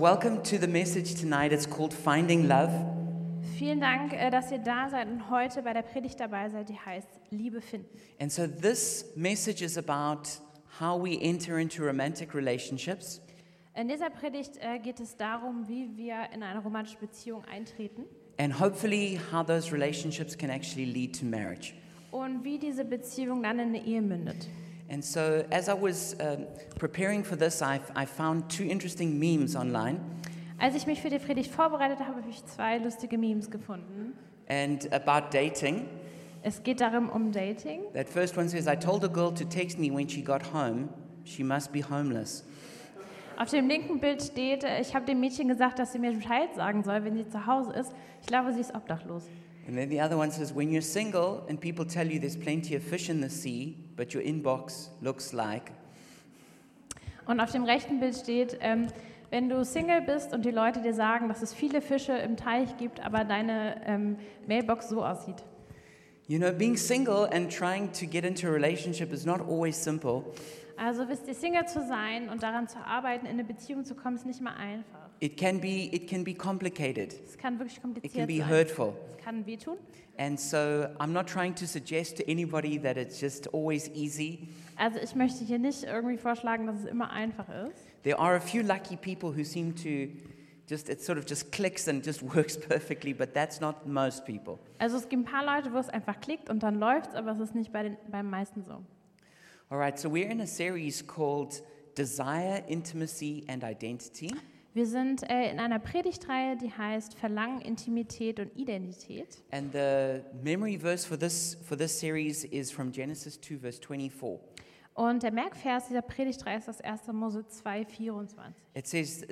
Welcome to the message tonight. It's called Finding Love. Vielen Dank, äh, dass ihr da seid und heute bei der Predigt dabei seid, die heißt Liebe finden. And so this message is about how we enter into romantic relationships. In dieser Predigt äh, geht es darum, wie wir in eine romantische Beziehung eintreten and hopefully how those relationships can actually lead to marriage. und wie diese Beziehung dann in eine Ehe mündet. And so, as I was um, preparing for this, I, I found two interesting memes online Als ich mich für die Predigt vorbereitet habe, habe ich zwei lustige Memes gefunden. and about dating. Es geht darum um Dating. That first one says, "I told a girl to text me when she got home. She must be homeless." Auf dem linken Bild steht, äh, ich habe dem Mädchen gesagt, dass sie mir Bescheid sagen soll, wenn sie zu Hause ist. Ich glaube, sie ist obdachlos. And then the other one says, "When you're single and people tell you there's plenty of fish in the sea, but your inbox looks like." Und auf dem rechten Bild steht, ähm, wenn du Single bist und die Leute dir sagen, dass es viele Fische im Teich gibt, aber deine ähm, Mailbox so aussieht. You know, being single and trying to get into a relationship is not always simple. Also wisst ihr, Single zu sein und daran zu arbeiten, in eine Beziehung zu kommen, ist nicht mal einfach. It can be it can be complicated. Es kann wirklich It can kompliziert be sein. hurtful. Es kann wehtun. And so I'm not trying to suggest to anybody that it's just always easy. Also ich möchte hier nicht irgendwie vorschlagen, dass es immer einfach ist. There are a few lucky people who seem to just it sort of just clicks and just works perfectly, but that's not most people. Also es gibt ein paar Leute, wo es einfach klickt und dann läuft es, aber es ist nicht bei den, beim meisten so. All right, so we're in a series called Desire, Intimacy and Identity. Wir sind äh, in einer Predigtreihe, die heißt Verlangen, Intimität und Identität. And the memory verse for this for this series is from Genesis 2 verse 24. Und der Merkvers dieser Predigtreihe ist das 1. Mose 2, 24. It says,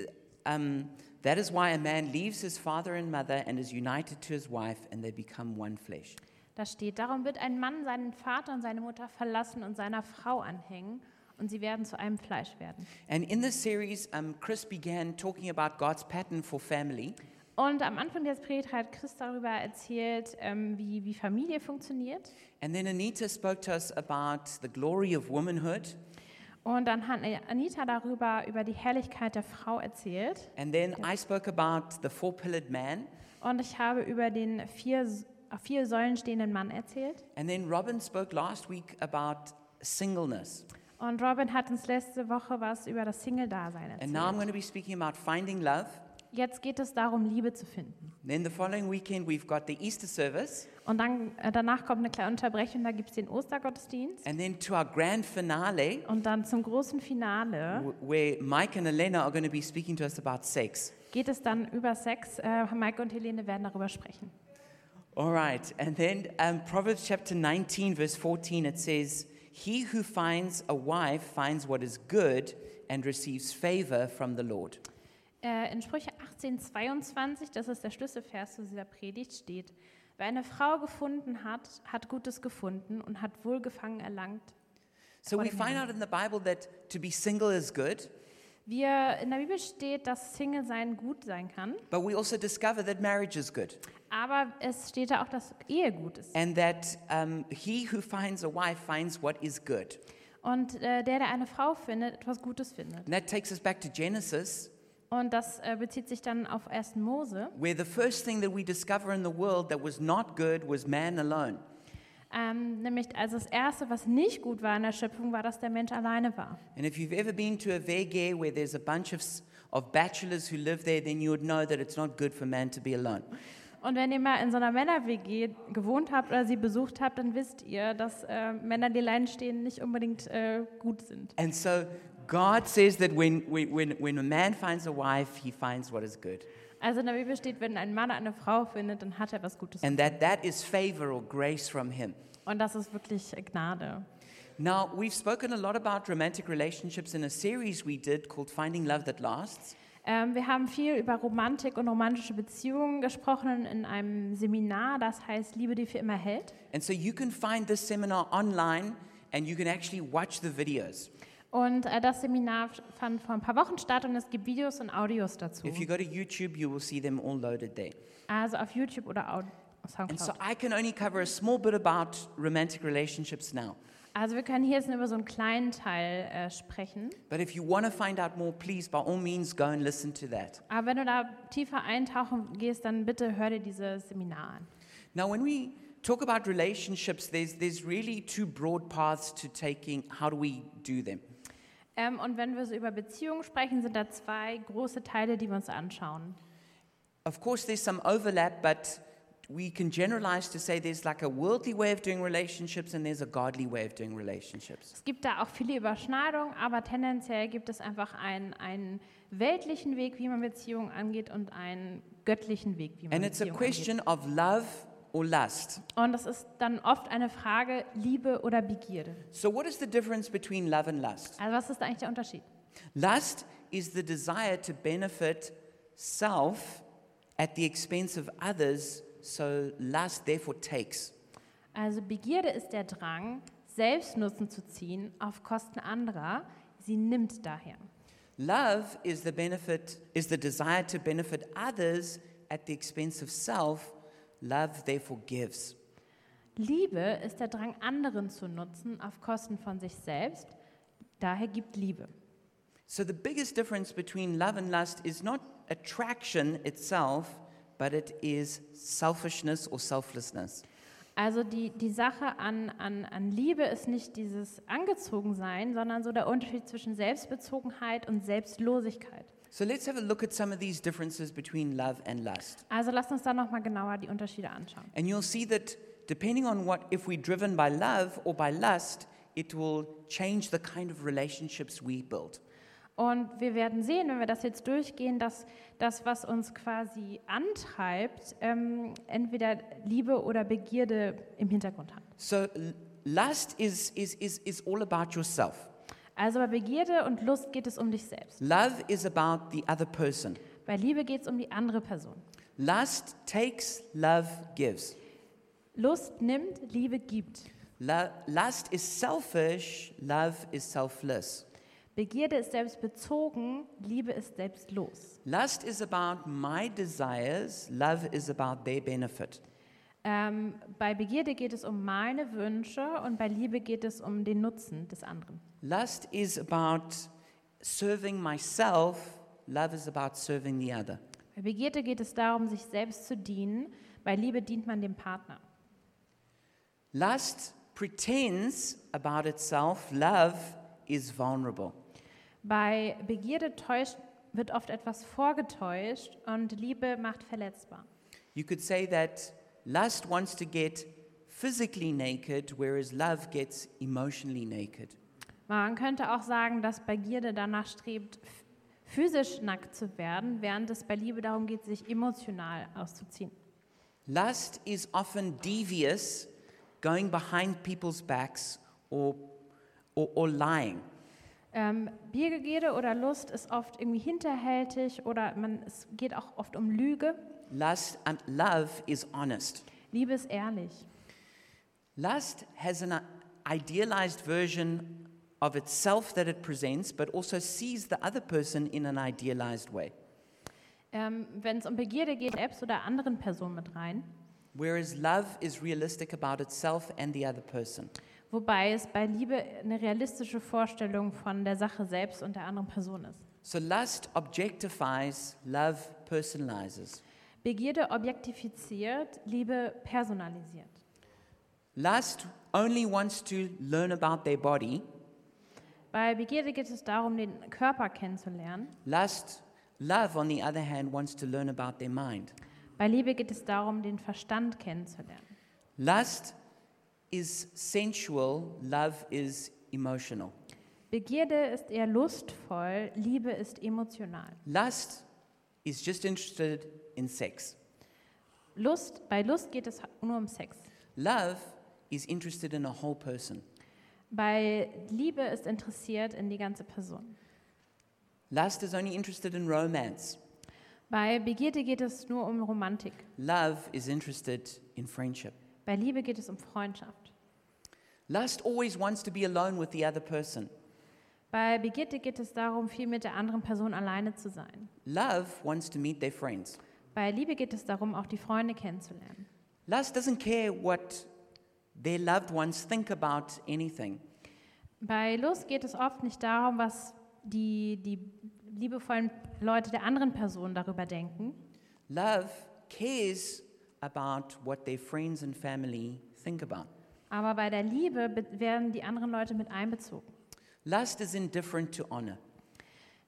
um, That is why a man leaves his father and mother and is united to his wife, and they become one flesh. Da steht, darum wird ein Mann seinen Vater und seine Mutter verlassen und seiner Frau anhängen und sie werden zu einem Fleisch werden. And in this series, um, Chris began talking about God's pattern for family. Und am Anfang der Predigt hat Chris darüber erzählt, ähm, wie, wie Familie funktioniert. And then Anita spoke to us about the glory of womanhood. Und dann hat Anita darüber über die Herrlichkeit der Frau erzählt. And then I spoke about the four pillared man. Und ich habe über den vier, auf vier Säulen stehenden Mann erzählt. And then Robin spoke last week about singleness. Und Robin hat uns letzte Woche was über das Single-Dasein And now I'm erzählt. going to be speaking about finding love. Jetzt geht es darum, Liebe zu finden. Then the following weekend, we've got the Easter service. Und dann, äh, danach kommt eine kleine Unterbrechung, da gibt es den Ostergottesdienst. And then to our grand finale, Und dann zum großen Finale w- where Mike and Elena are going to be speaking to us about sex. geht es dann über Sex. Äh, Mike und Helene werden darüber sprechen. All right, and then um, Proverbs chapter 19, verse 14, it says, He who finds a wife finds what is good and receives favor from the Lord. Äh, in Sprüche 18, 22, das ist der Schlüsselvers zu dieser Predigt, steht, wer eine Frau gefunden hat, hat Gutes gefunden und hat Wohlgefangen erlangt. So we According find out in the Bible that to be single is good, Wir, in der Bibel steht, dass Single-Sein gut sein kann, but we also discover that marriage is good aber es steht da auch, dass Ehe gut ist. and that um, he who finds a wife finds what is good. Und äh, der, der eine Frau findet, etwas Gutes findet. And that takes us back to Genesis, Und das äh, bezieht sich dann auf 1. Mose. where the first thing that we discover in the world that was not good was man alone. Ähm, nämlich, also das Erste, was nicht gut war in der Schöpfung, war, dass der Mensch alleine war. And if you've ever been to a vege where there's a bunch of, s- of bachelors who live there, then you would know that it's not good for man to be alone. Und wenn ihr mal in so einer Männer-WG gewohnt habt oder sie besucht habt, dann wisst ihr, dass äh, Männer, die allein stehen, nicht unbedingt äh, gut sind. And so God says that when, when, when- when a man finds a wife, he finds what is good. Also in der Bibel steht, wenn ein Mann eine Frau findet, dann hat er was Gutes. And that that is favor or grace from him. Und das ist wirklich Gnade. Now, we've spoken a lot about romantic relationships in a series we did called Finding Love That Lasts. Ähm, wir haben viel über Romantik und romantische Beziehungen gesprochen in einem Seminar, das heißt Liebe, die für immer hält. And so you can find this seminar online and you can actually watch the videos. Und äh, das Seminar fand vor ein paar Wochen statt und es gibt Videos und Audios dazu. If you go to YouTube, you will see them all loaded there. Also auf YouTube oder Au- auf And so Soundcloud. I can only cover a small bit about romantic relationships now. Also wir können hier jetzt nur über so einen kleinen Teil äh, sprechen. But if you want to find out more, please, by all means, go and listen to that. Aber wenn du da tiefer eintauchen gehst, dann bitte hör dir dieses Seminar an. Now, when we talk about relationships, there's, there's really two broad paths to taking. How do we do them? Ähm, und wenn wir so über Beziehungen sprechen, sind da zwei große Teile, die wir uns anschauen. Of course, there's some overlap, but we can generalize to say there's like a worldly way of doing relationships and there's a godly way of doing relationships. Es gibt da auch viele Überschneidungen, aber tendenziell gibt es einfach einen, einen weltlichen Weg, wie man Beziehungen angeht und einen göttlichen Weg, wie man And it's a Beziehungen angeht. question of love or lust. Und das ist dann oft eine Frage Liebe oder Begierde. So, what is the difference between love and lust? Also was ist da eigentlich der Unterschied? Lust is the desire to benefit self at the expense of others, so lust therefore takes. Also Begierde ist der Drang, Selbstnutzen zu ziehen auf Kosten anderer. Sie nimmt daher. Love is the benefit is the desire to benefit others at the expense of self. Love therefore gives. Liebe ist der Drang, anderen zu nutzen auf Kosten von sich selbst. Daher gibt Liebe. So the biggest difference between love and lust is not attraction itself, but it is selfishness or selflessness. Also die, die Sache an, an, an Liebe ist nicht dieses Angezogensein, sondern so der Unterschied zwischen Selbstbezogenheit und Selbstlosigkeit. So let's have a look at some of these differences between love and lust. Also lasst uns da nochmal genauer die Unterschiede anschauen. And you'll see that depending on what if we're driven by love or by lust, it will change the kind of relationships we build. Und wir werden sehen, wenn wir das jetzt durchgehen, dass das, was uns quasi antreibt, ähm, entweder Liebe oder Begierde im Hintergrund hat. So l- lust is, is, is, is all about yourself. Also bei Begierde und Lust geht es um dich selbst. Love is about the other person. Bei Liebe geht es um die andere Person. Lust takes, love gives. Lust nimmt, Liebe gibt. Lo- lust is selfish, love is selfless. Begierde ist selbstbezogen, Liebe ist selbstlos. Lust is about my desires, love is about their benefit. Ähm, bei Begierde geht es um meine Wünsche und bei Liebe geht es um den Nutzen des anderen. Lust is about serving myself, love is about serving the other. Bei Begierde geht es darum, sich selbst zu dienen. Bei Liebe dient man dem Partner. Lust pretends about itself, love is vulnerable. Bei Begierde täuscht, wird oft etwas vorgetäuscht und Liebe macht verletzbar. You could say that lust wants to get physically naked, whereas love gets emotionally naked. Man könnte auch sagen, dass Begierde danach strebt, f- physisch nackt zu werden, während es bei Liebe darum geht, sich emotional auszuziehen. Lust is often devious, going behind people's backs or, or, or lying. Ähm, Biergegierde oder Lust ist oft irgendwie hinterhältig oder man, es geht auch oft um Lüge. Lust and love is honest. Liebe ist ehrlich. Lust has an idealized version of itself that it presents, but also sees the other person in an idealized way. Ähm, Wenn es um Begierde geht, Apps oder anderen Personen mit rein. Whereas love is realistic about itself and the other person. Wobei es bei Liebe eine realistische Vorstellung von der Sache selbst und der anderen Person ist. So lust objectifies, love personalizes. Begierde objektifiziert, Liebe personalisiert. Lust only wants to learn about their body. Bei Begierde geht es darum, den Körper kennenzulernen. Lust, love, on the other hand, wants to learn about their mind. Bei Liebe geht es darum, den Verstand kennenzulernen. Lust is sensual, love is emotional. Begierde ist eher lustvoll, Liebe ist emotional. Lust is just interested in sex. Lust, bei Lust geht es nur um Sex. Love is interested in a whole person. Bei Liebe ist interessiert in die ganze Person. Lust is only interested in romance. Bei Begierde geht es nur um Romantik. Love is interested in friendship. Bei Liebe geht es um Freundschaft. Lust always wants to be alone with the other person. Bei Begierde geht es darum, viel mit der anderen Person alleine zu sein. Love wants to meet their friends. Bei Liebe geht es darum, auch die Freunde kennenzulernen. Lust doesn't care what Their loved ones think about anything. Bei Lust geht es oft nicht darum, was die, die liebevollen Leute der anderen Person darüber denken. Love cares about what their friends and family think about. Aber bei der Liebe be- werden die anderen Leute mit einbezogen. Lust is indifferent to honor,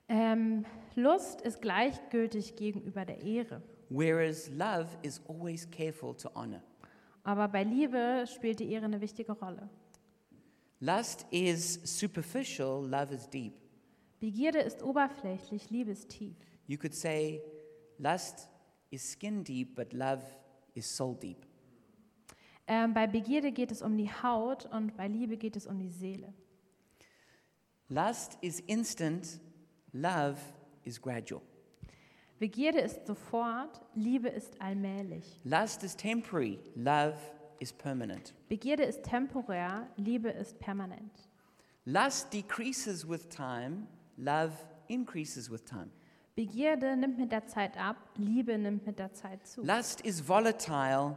Ähm, Lust ist gleichgültig gegenüber der Ehre. whereas love is always careful to honor. Aber bei Liebe spielt die Ehre eine wichtige Rolle. Lust is superficial, love is deep. Begierde ist oberflächlich, Liebe ist tief. You could say lust is skin deep, but love is soul deep. Ähm, bei Begierde geht es um die Haut und bei Liebe geht es um die Seele. Lust is instant, love is gradual. Begierde ist sofort, Liebe ist allmählich. Lust is temporary, love is permanent. Begierde ist temporär, Liebe ist permanent. Lust decreases with time, love increases with time. Begierde nimmt mit der Zeit ab, Liebe nimmt mit der Zeit zu. Lust is volatile,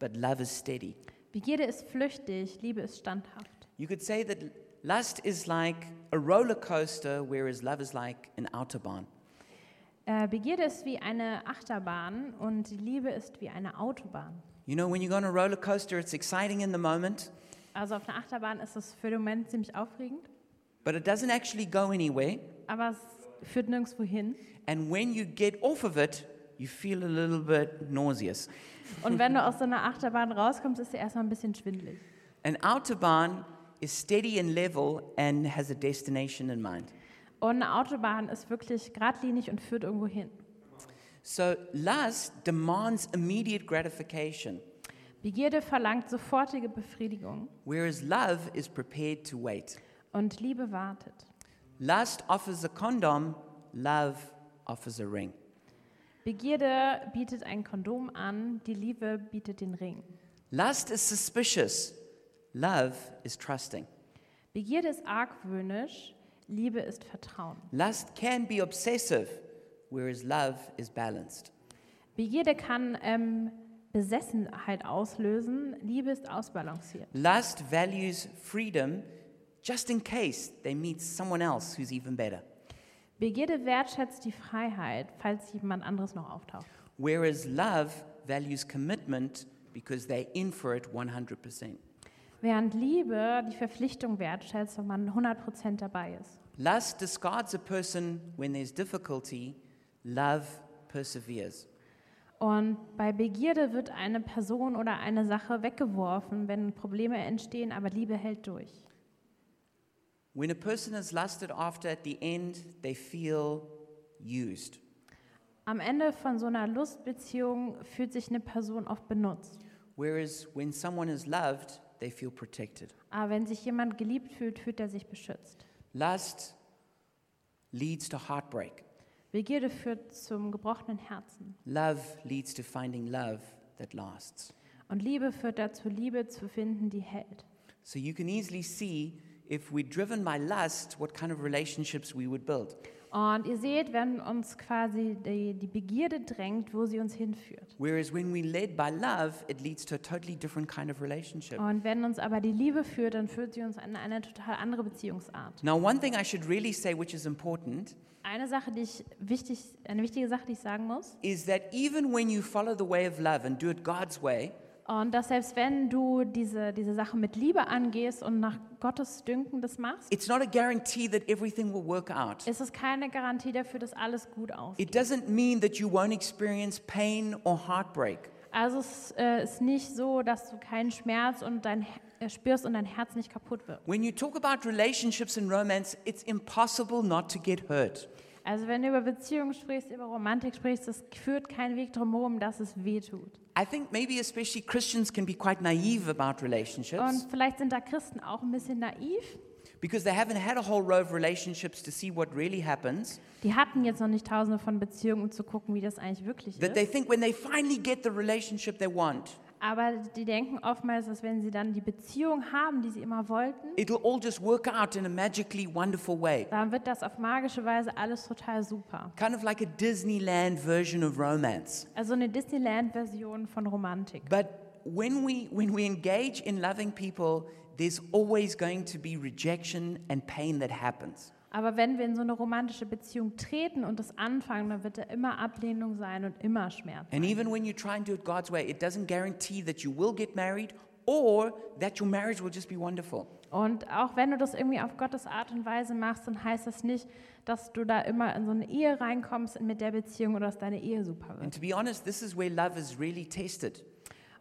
but love is steady. Begierde ist flüchtig, Liebe ist standhaft. You could say that lust is like a roller coaster, whereas love is like an autobahn. Äh, Begierde ist wie eine Achterbahn und die Liebe ist wie eine Autobahn. You know, when you go on a roller coaster, it's exciting in the moment, Also auf einer Achterbahn ist es für den Moment ziemlich aufregend, but it doesn't actually go anywhere. aber es führt nirgendwo hin. And when you get off of it, you feel a little bit nauseous. Und wenn du aus so einer Achterbahn rauskommst, ist sie erstmal ein bisschen schwindelig. An autobahn is steady and level and has a destination in mind. Und eine Autobahn ist wirklich geradlinig und führt irgendwo hin. So lust demands immediate gratification, Begierde verlangt sofortige Befriedigung whereas love is prepared to wait. und Liebe wartet. Lust offers a condom, love offers a ring. Begierde bietet ein Kondom an, die Liebe bietet den Ring. Lust is suspicious, love is trusting. Begierde ist argwöhnisch, Liebe ist Vertrauen. Lust can be obsessive, whereas love is balanced. Begierde kann ähm, Besessenheit auslösen, Liebe ist ausbalanciert. Lust values freedom just in case they meet someone else who's even better, Begierde wertschätzt die Freiheit, falls jemand anderes noch auftaucht. whereas love values commitment because they're in for it 100%. Während Liebe die Verpflichtung wertschätzt, wenn man 100% dabei ist. Lust discards a person when there's difficulty, love perseveres. Und bei Begierde wird eine Person oder eine Sache weggeworfen, wenn Probleme entstehen, aber Liebe hält durch. When a person is lusted after, at the end, they feel used. Am Ende von so einer Lustbeziehung fühlt sich eine Person oft benutzt. Whereas when someone is loved, they feel protected. Aber wenn sich jemand geliebt fühlt, fühlt er sich beschützt. Lust leads to heartbreak. Begierde führt zum gebrochenen Herzen. Love leads to finding love that lasts. Und Liebe führt dazu, Liebe zu finden, die hält. So you can easily see if we're driven by lust, what kind of relationships we would build. Und ihr seht, wenn uns quasi die, die Begierde drängt, wo sie uns hinführt. Whereas when we're led by love, it leads to a totally different kind of relationship. Und wenn uns aber die Liebe führt, dann führt sie uns in eine total andere Beziehungsart. Now, one thing I should really say, which is important, Eine Sache, die ich wichtig, eine wichtige Sache, die ich sagen muss, is that even when you follow the way of love and do it God's way, und dass selbst wenn du diese, diese Sache mit Liebe angehst und nach Gottes Dünken das machst, it's not a guarantee that everything will work out. ist es keine Garantie dafür, dass alles gut It ausgeht. doesn't mean that you won't experience pain or heartbreak. Also es äh, ist nicht so, dass du keinen Schmerz und dein, Her- äh, spürst und dein Herz nicht kaputt wird. When you talk about relationships and romance, it's impossible not to get hurt. Also wenn du über Beziehungen sprichst, über Romantik sprichst, es führt kein Weg drum herum, dass es weh tut. I think maybe especially Christians can be quite naive about relationships Und vielleicht sind da Christen auch ein bisschen naiv. because they haven't had a whole row of relationships to see what really happens. Die hatten jetzt noch nicht tausende von Beziehungen, um zu gucken, wie das eigentlich wirklich That ist. they think when they finally get the relationship they want, Aber die denken oftmals, dass wenn sie dann die Beziehung haben, die sie immer wollten, it'll all just work out in a magically wonderful way. dann wird das auf magische Weise alles total super. Kind of like a Disneyland version of romance. Also eine Disneyland-Version von Romantik. But when we, when we engage in loving people, there's always going to be rejection and pain that happens. Aber wenn wir in so eine romantische Beziehung treten und das anfangen, dann wird da immer Ablehnung sein und immer Schmerz. And even when you try and do it God's way, it doesn't guarantee that you will get married or that your marriage will just be wonderful. Und auch wenn du das irgendwie auf Gottes Art und Weise machst, dann heißt das nicht, dass du da immer in so eine Ehe reinkommst mit der Beziehung oder dass deine Ehe super And wird. to be honest, this is where love is really tested.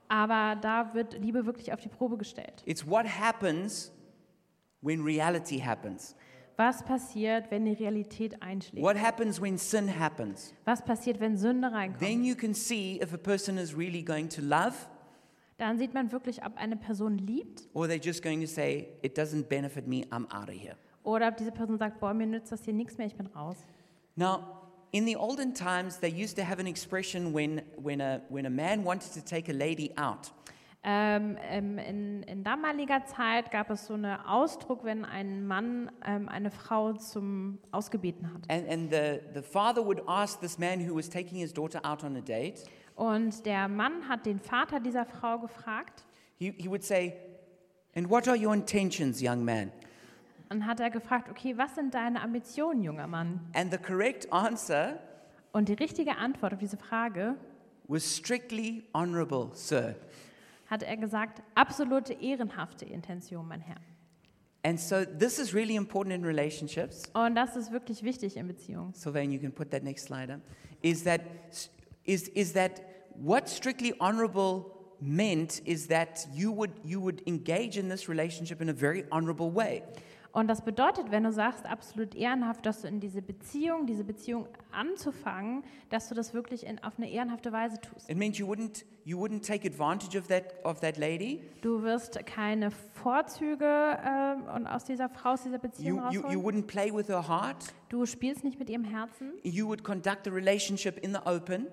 Aber da wird Liebe wirklich auf die Probe gestellt. It's what happens when reality happens. Was passiert, wenn die Realität einschlägt? What happens when sin happens? Was passiert, wenn Sünde reinkommt? Then you can see if a person is really going to love Dann sieht man wirklich, ob eine Person liebt or they're just going to say, it doesn't benefit me, I'm out of here. oder ob diese Person sagt, boah, mir nützt das hier nichts mehr, ich bin raus. Now, in the olden times, they used to have an expression when, when, a, when a man wanted to take a lady out. Ähm, ähm, in, in damaliger Zeit gab es so einen Ausdruck, wenn ein Mann ähm, eine Frau zum Ausgebeten hat. And, and the, the father would ask this man who was taking his daughter out on a date, Und der Mann hat den Vater dieser Frau gefragt he, he would say, And what are your intentions, young man? und hat er gefragt, okay, was sind deine Ambitionen, junger Mann? And the correct answer Und die richtige Antwort auf diese Frage was strictly honorable, sir. hat er gesagt, absolute ehrenhafte Intention, mein Herr. And so this is really important in relationships. Und das ist wirklich wichtig in Beziehungen. Sylvain, you can put that next slide up. Is that, is, is that what strictly honorable meant is that you would, you would engage in this relationship in a very honorable way. Und das bedeutet, wenn du sagst, absolut ehrenhaft, dass du in diese Beziehung, diese Beziehung anzufangen, dass du das wirklich in, auf eine ehrenhafte Weise tust. It meant you wouldn't, you wouldn't take advantage of that, of that lady. Du wirst keine Vorzüge ähm, und aus dieser Frau, aus dieser Beziehung You, you, you rausholen. wouldn't play with her heart. Du spielst nicht mit ihrem Herzen. You would conduct the relationship in the open.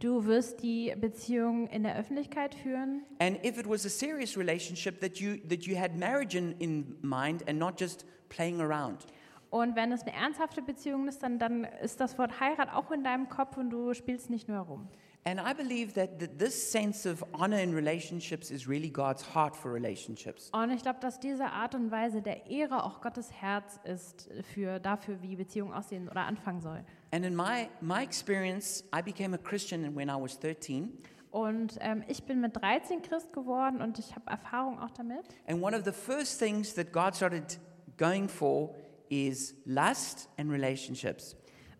Du wirst die Beziehung in der Öffentlichkeit führen. And if it was a serious relationship, that you, that you had marriage in, in mind and not just playing around. Und wenn es eine ernsthafte Beziehung ist, dann, dann ist das Wort Heirat auch in deinem Kopf und du spielst nicht nur herum. And I believe that th- this sense of honor in relationships is really God's heart for relationships. Und ich glaube, dass diese Art und Weise der Ehre auch Gottes Herz ist für dafür, wie Beziehung aussehen oder anfangen soll. And in my, my experience, I became a Christian when I was 13. Und ähm, ich bin mit 13 Christ geworden und ich habe Erfahrung auch damit. And one of the first things that God started going for is lust and relationships.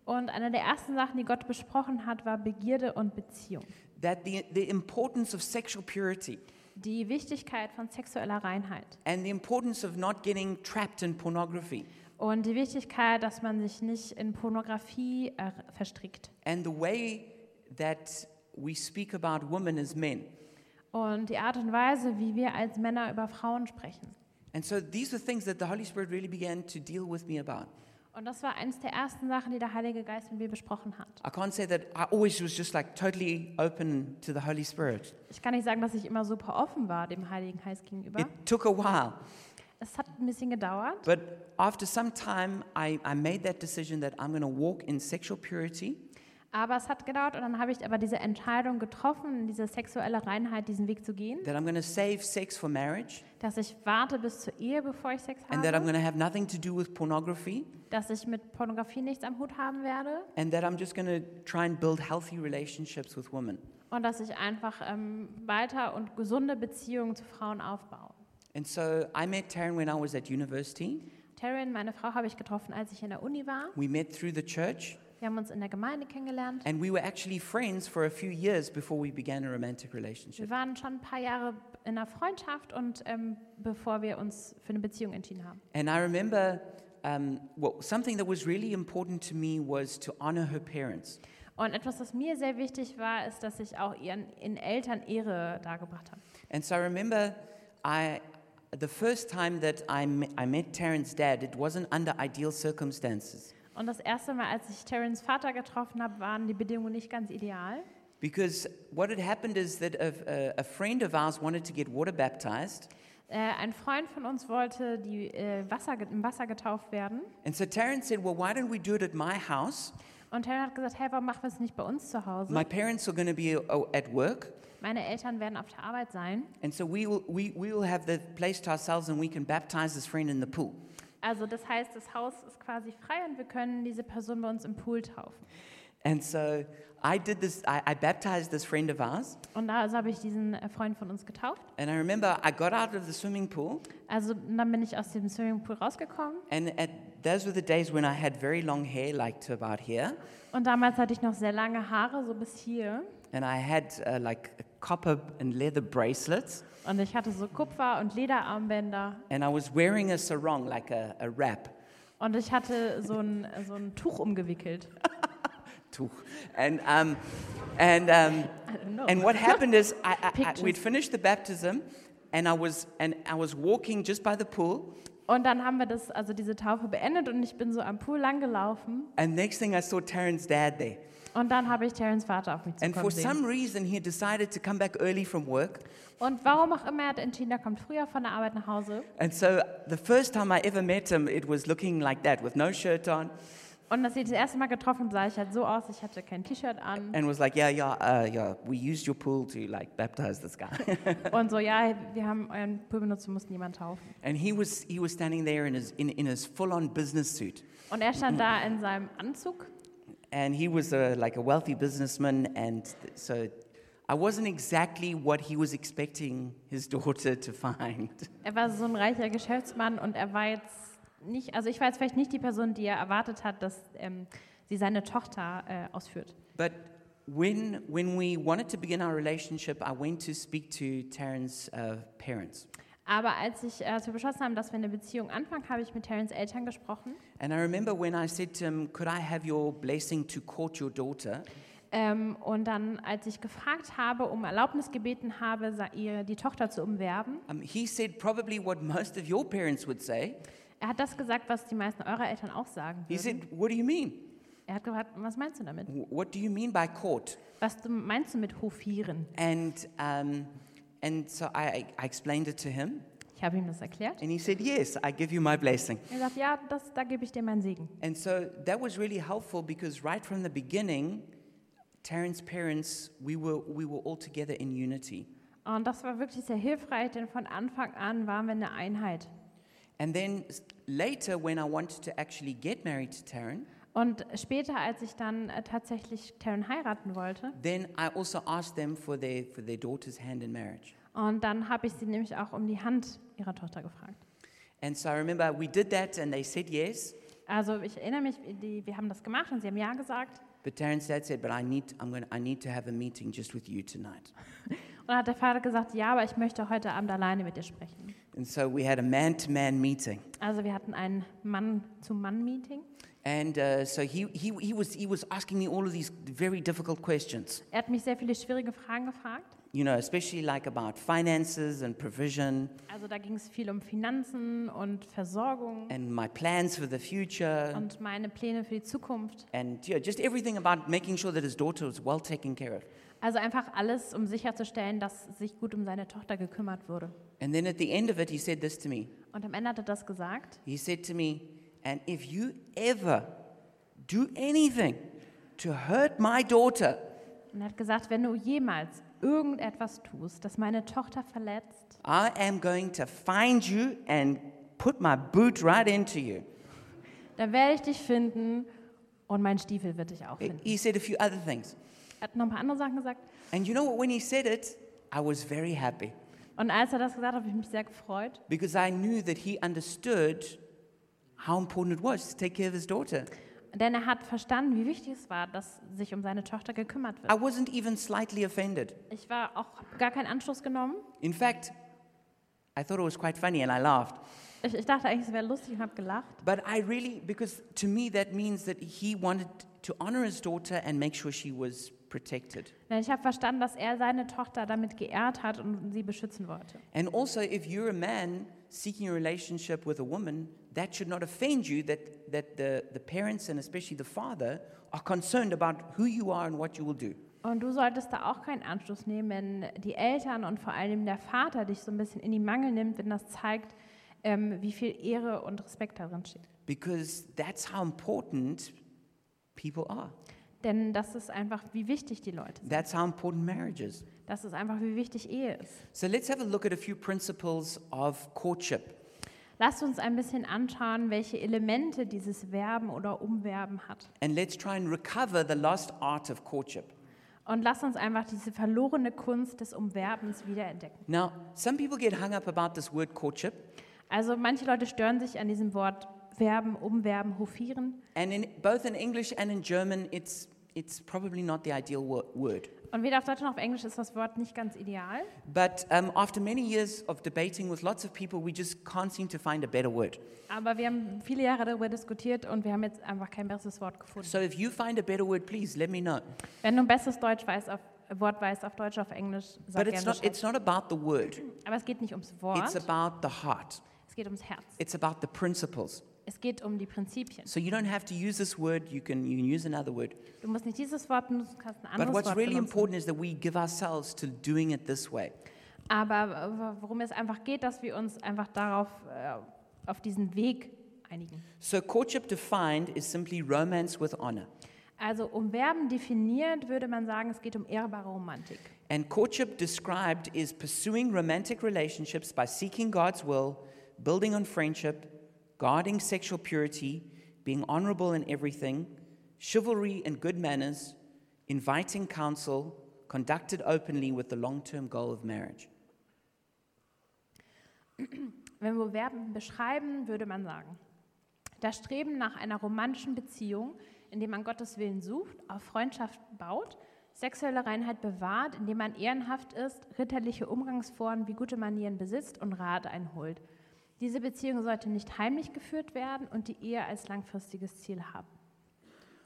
Und eine der ersten Sachen, die Gott besprochen hat, war Begierde und Beziehung. That the, the importance of sexual purity Die Wichtigkeit von sexueller Reinheit and the importance of not getting trapped in pornography und die Wichtigkeit, dass man sich nicht in Pornografie äh, verstrickt. and the way that we speak about women as men. Und die Art und Weise, wie wir als Männer über Frauen sprechen. And so these are things that the Holy Spirit really began to deal with me about. Und das war eines der ersten Sachen, die der Heilige Geist mit mir besprochen hat. I can't say that I always was just like totally open to the Holy Spirit. Ich kann nicht sagen, dass ich immer super offen war dem Heiligen Geist gegenüber. It took a while, es hat ein bisschen gedauert, but after some time, I, I made that decision that I'm going to walk in sexual purity aber es hat gedauert und dann habe ich aber diese Entscheidung getroffen, diese sexuelle Reinheit, diesen Weg zu gehen, that I'm going to save sex for marriage, dass ich warte bis zur Ehe, bevor ich Sex and that I'm habe, going to have nothing to do with pornography, dass ich mit Pornografie nichts am Hut haben werde and that I'm just going to try and build healthy relationships with women. und dass ich einfach ähm, weiter und gesunde Beziehungen zu Frauen aufbaue. And so I met Taryn when I was at university. Taryn, meine Frau, habe ich getroffen, als ich in der Uni war. We met through the church, Wir haben uns in der Gemeinde kennengelernt. and we were actually friends for a few years before we began a romantic relationship. Wir waren schon ein paar Jahre in einer Freundschaft und ähm, bevor wir uns für eine Beziehung entschieden haben. And I remember um, well, something that was really important to me was to honor her parents. Und etwas, was mir sehr wichtig war, ist, dass ich auch ihren, ihren Eltern Ehre dargebracht habe. And so I remember I, the first time that I, me- I met Taryn's dad, it wasn't under ideal circumstances Und das erste Mal, als ich Terrens Vater getroffen habe, waren die Bedingungen nicht ganz ideal, because what had happened is that a, a, a friend of ours wanted to get water baptized. Äh, ein Freund von uns wollte die, äh, Wasser, ge- im Wasser getauft werden. And so Taryn said, Well, why don't we do it at my house? Und Helen hat gesagt, hey, warum machen wir es nicht bei uns zu Hause? My parents are going to be oh, at work, Meine Eltern werden auf der Arbeit sein. and so we will, we, we will have the place to ourselves and we can baptize this friend in the pool. Also das heißt, das Haus ist quasi frei und wir können diese Person bei uns im Pool taufen. And so I did this, I, I baptized this friend of ours, Und da also habe ich diesen äh, Freund von uns getauft. and I remember I got out of the swimming pool, Also dann bin ich aus dem Swimmingpool rausgekommen and at, those were the days when I had very long hair, like to about here, und damals hatte ich noch sehr lange Haare, so bis hier. and I had uh, like copper and leather bracelets, Und ich hatte so Kupfer- und Lederarmbänder and I was wearing a sarong, like a, a wrap. und ich hatte so ein, so ein Tuch umgewickelt. Tuch. And, um, and, um, I don't know. and what happened is I, I, I, Pictures. we'd finished the baptism and I, was, and I was walking just by the pool Und dann haben wir das, also diese Taufe beendet und ich bin so am Pool lang gelaufen and next thing I saw Taryn's dad there. und dann habe ich Terrence Vater auf mich And for zukommen sehen. some reason he decided to come back early from work. Und warum auch immer, er hat entschieden, er kommt früher von der Arbeit nach Hause. And so the first time I ever met him, it was looking like that with no shirt on Und als ich das erste Mal getroffen habe, sah ich halt so aus, ich hatte kein T-Shirt an and was like, yeah, yeah, uh, yeah, we used your pool to like baptize this guy. und so, ja, wir haben euren Pool benutzt, wir mussten jemanden taufen. and he was, he was standing there in his, in, in his full on business suit. Und er stand da in seinem Anzug and he was a, like a wealthy businessman and th- so i wasn't exactly what he was expecting his daughter to find Er war so ein reicher Geschäftsmann und er war jetzt nicht, also ich war jetzt vielleicht nicht die Person, die er erwartet hat, dass ähm, sie seine Tochter äh, ausführt. but when, when we wanted to begin our relationship i went to speak to taryn's uh, parents Aber als, ich, äh, als wir beschlossen haben, dass wir eine Beziehung anfangen, habe ich mit Terrence Eltern gesprochen. and i remember when i said to him could i have your blessing to court your daughter Ähm, und dann, als ich gefragt habe, um Erlaubnis gebeten habe, sa- ihr die Tochter zu umwerben, um, he said probably what most of your parents would say er hat das gesagt, was die meisten eurer Eltern auch sagen he würden. said what do you mean Er hat gefragt, was meinst du damit? Wh- what do you mean by court Was du, meinst du mit hofieren? and, um, and so I, I explained it to him Ich habe ihm das erklärt. And he said, Yes, I give you my blessing. Er sagt, ja, das, da gebe ich dir meinen Segen. And so that was really helpful because right from the beginning, Taryn's parents, we were, we were all together in unity. Und das war wirklich sehr hilfreich, denn von Anfang an waren wir eine Einheit. And then s- later, when I wanted to actually get married to Taryn, Und später, als ich dann äh, tatsächlich Taryn heiraten wollte, then I also asked them for their, for their daughter's hand in marriage. und dann habe ich sie nämlich auch um die Hand ihrer Tochter gefragt. And so I remember we did that and they said yes. Also ich erinnere mich, die, wir haben das gemacht und sie haben ja gesagt. But Taryn's dad said, But I need, I'm gonna, I need to have a meeting just with you tonight. Und dann hat der Vater gesagt, ja, aber ich möchte heute Abend alleine mit dir sprechen. And so we had a man to man meeting. Also wir hatten ein Mann-zu-Mann-Meeting. And uh, so he, he, he, was, he was asking me all of these very difficult questions, Er hat mich sehr viele schwierige Fragen gefragt. you know, especially like about finances and provision Also da ging es viel um Finanzen und Versorgung and my plans for the future und meine Pläne für die Zukunft. and you know, just everything about making sure that his daughter was well taken care of. Also einfach alles, um sicherzustellen, dass sich gut um seine Tochter gekümmert wurde. And then at the end of it, he said this to me. Und am Ende hat er das gesagt. He said to me, And if you ever do anything to hurt my daughter, Und er hat gesagt, wenn du jemals irgendetwas tust, das meine Tochter verletzt, I am going to find you and put my boot right into you. dann werde ich dich finden und mein Stiefel wird dich auch finden. He said a few other things. Er hat noch ein paar andere Sachen gesagt. And you know what? When he said it, I was very happy Und als er das gesagt hat, habe ich mich sehr gefreut, because I knew that he understood how important it was to take care of his daughter. denn er hat verstanden, wie wichtig es war, dass sich um seine Tochter gekümmert I wird. wasn't even slightly offended. Ich war auch hab gar keinen Anschluss genommen. In fact, I thought it was quite funny and I laughed. Ich, ich dachte eigentlich, es wäre lustig und habe gelacht. But I really, because to me that means that he wanted to honor his daughter and make sure she was protected. Denn ich habe verstanden, dass er seine Tochter damit geehrt hat und sie beschützen wollte. And also, if you're a man seeking a relationship with a woman, that should not offend you that, that the, the parents and especially the father are concerned about who you are and what you will do. Und du solltest da auch keinen Anschluss nehmen, wenn die Eltern und vor allem der Vater dich so ein bisschen in die Mangel nimmt, wenn das zeigt, ähm, wie viel Ehre und Respekt darin steht. Because that's how important People are. Denn das ist einfach, wie wichtig die Leute sind. That's how important marriage is. Das ist einfach, wie wichtig Ehe ist. So let's have a look at a few principles of courtship. Lasst uns ein bisschen anschauen, welche Elemente dieses Werben oder Umwerben hat. And let's try and recover the lost art of courtship. Und lasst uns einfach diese verlorene Kunst des Umwerbens wiederentdecken. Now, some people get hung up about this word courtship, Also manche Leute stören sich an diesem Wort Werben, Umwerben, Hofieren. and in both in English and in German, it's, it's probably not the ideal wo- word. Und weder auf Deutsch noch auf Englisch ist das Wort nicht ganz ideal. But um, after many years of debating with lots of people, we just can't seem to find a better word. Aber wir haben viele Jahre darüber diskutiert und wir haben jetzt einfach kein besseres Wort gefunden. So if you find a better word, please let me know. Wenn du ein besseres Deutsch weißt, auf, Wort weißt, auf Deutsch, auf Englisch, But sag gerne it's not, Bescheid. it's not about the word, Aber es geht nicht ums it's Wort, about the heart, es geht ums Herz. it's about the principles. Es geht um die Prinzipien. So you don't have to use this word, you can, you can use another word. Du musst nicht dieses Wort benutzen, du kannst ein But anderes what's Wort really benutzen. important is that we give ourselves to doing it this way. Aber w- worum es einfach geht, dass wir uns einfach darauf, äh, auf diesen Weg einigen. So courtship defined is simply romance with honor. Also um Verben definiert würde man sagen, es geht um ehrbare Romantik. And courtship described is pursuing romantic relationships by seeking God's will, building on friendship, guarding sexual purity, being honorable in everything, chivalry and good manners, inviting counsel, conducted openly with the long term goal of marriage. Wenn wir Verben beschreiben, würde man sagen, das Streben nach einer romantischen Beziehung, indem man Gottes Willen sucht, auf Freundschaft baut, sexuelle Reinheit bewahrt, indem man ehrenhaft ist, ritterliche Umgangsformen wie gute Manieren besitzt und Rat einholt. Diese Beziehung sollte nicht heimlich geführt werden und die Ehe als langfristiges Ziel haben.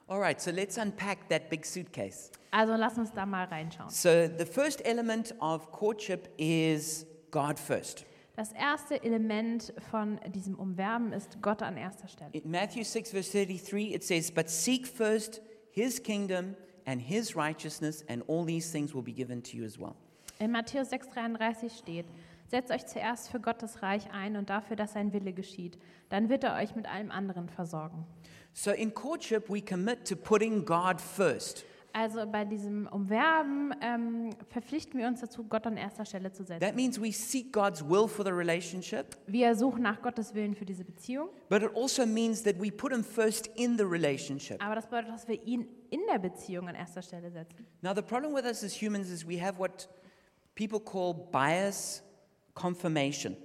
All right, so let's unpack that big suitcase. Also lass uns da mal reinschauen. So, the first element of courtship is God first. Das erste Element von diesem Umwerben ist Gott an erster Stelle. In Matthew 6, verse 33, it says, But seek first his kingdom and his righteousness, and all these things will be given to you as well. In Matthäus 6,33 steht: Setzt euch zuerst für Gottes Reich ein und dafür, dass sein Wille geschieht. Dann wird er euch mit allem anderen versorgen. So in courtship, we commit to putting God first. Also bei diesem Umwerben ähm, verpflichten wir uns dazu, Gott an erster Stelle zu setzen. That means we seek God's will for the relationship, Wir suchen nach Gottes Willen für diese Beziehung, but it also means that we put him first in the relationship. aber das bedeutet, dass wir ihn in der Beziehung an erster Stelle setzen. Now, the problem with us as humans is we have what people call bias confirmation.